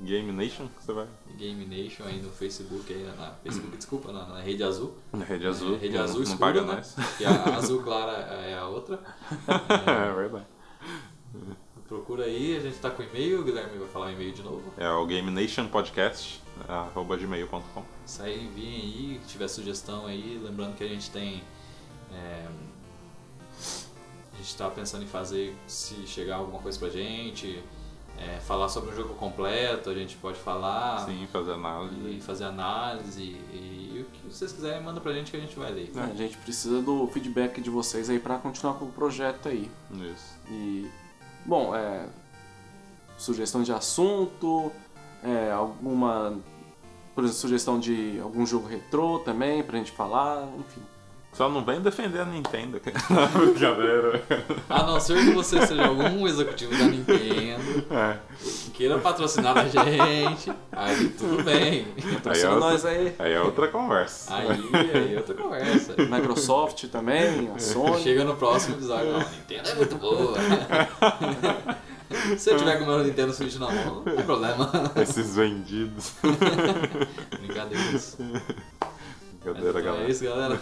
Game Nation, que você vai. Game Nation aí no Facebook, aí na Facebook, desculpa, na, na rede azul. Na Rede Azul. É, rede não, azul não escura, paga né? nós. Que a azul clara é a outra. é verdade. Procura aí, a gente tá com e-mail, o Guilherme vai falar o e-mail de novo. É o Game Nation Podcast, arroba gmail.com. Isso aí, enviem aí, se tiver sugestão aí, lembrando que a gente tem. é, a gente tá pensando em fazer se chegar alguma coisa pra gente, é, falar sobre o jogo completo, a gente pode falar Sim, fazer análise. e fazer análise e, e o que vocês quiserem manda pra gente que a gente vai ler. É. A gente precisa do feedback de vocês aí pra continuar com o projeto aí. Isso. E, bom, é, sugestão de assunto, é, alguma por exemplo, sugestão de algum jogo retrô também pra gente falar, enfim. Só não vem defender a Nintendo, cara. Brincadeira. A não ser que você seja algum executivo da Nintendo, É. que queira patrocinar a gente, aí tudo bem. Aí, é Tá Sendo outra, nós aí, aí é outra conversa. Aí, aí é outra conversa. Microsoft também, a Sony. É, Chega no próximo episódio. Não, Nintendo é muito boa. Se eu tiver com o meu Nintendo Switch na mão, não tem problema. Esses vendidos. Brincadeira é isso. Mas Brincadeira, então galera. é isso, galera.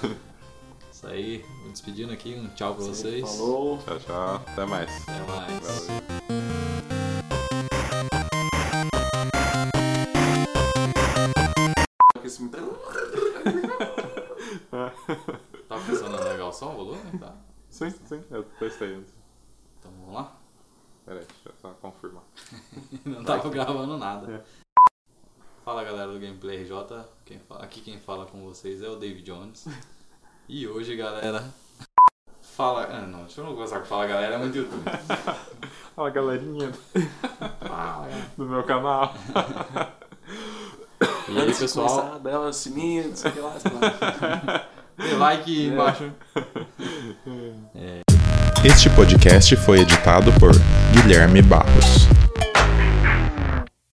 Isso aí. Me despedindo aqui. Um tchau pra vocês. Falou. Tchau, tchau. Até mais. Até mais. Valeu. Esse- Tá funcionando legal só o volume? Tá. Sim, sim, eu testei antes. Então vamos lá. Peraí, deixa eu só confirmar. Não tava gravando nada. É. Fala galera do Gameplay RJ, Quem fa- aqui quem fala com vocês é o David Jones. E hoje galera. Fala. Ah, não, deixa eu não gostar que fala galera, é muito YouTube. Fala galerinha Fala galera. do meu canal. E aí Antes de pessoal, começar, dá o sininho, não sei o que lá, sei lá. dê like aí embaixo. Este podcast foi editado por Guilherme Barros.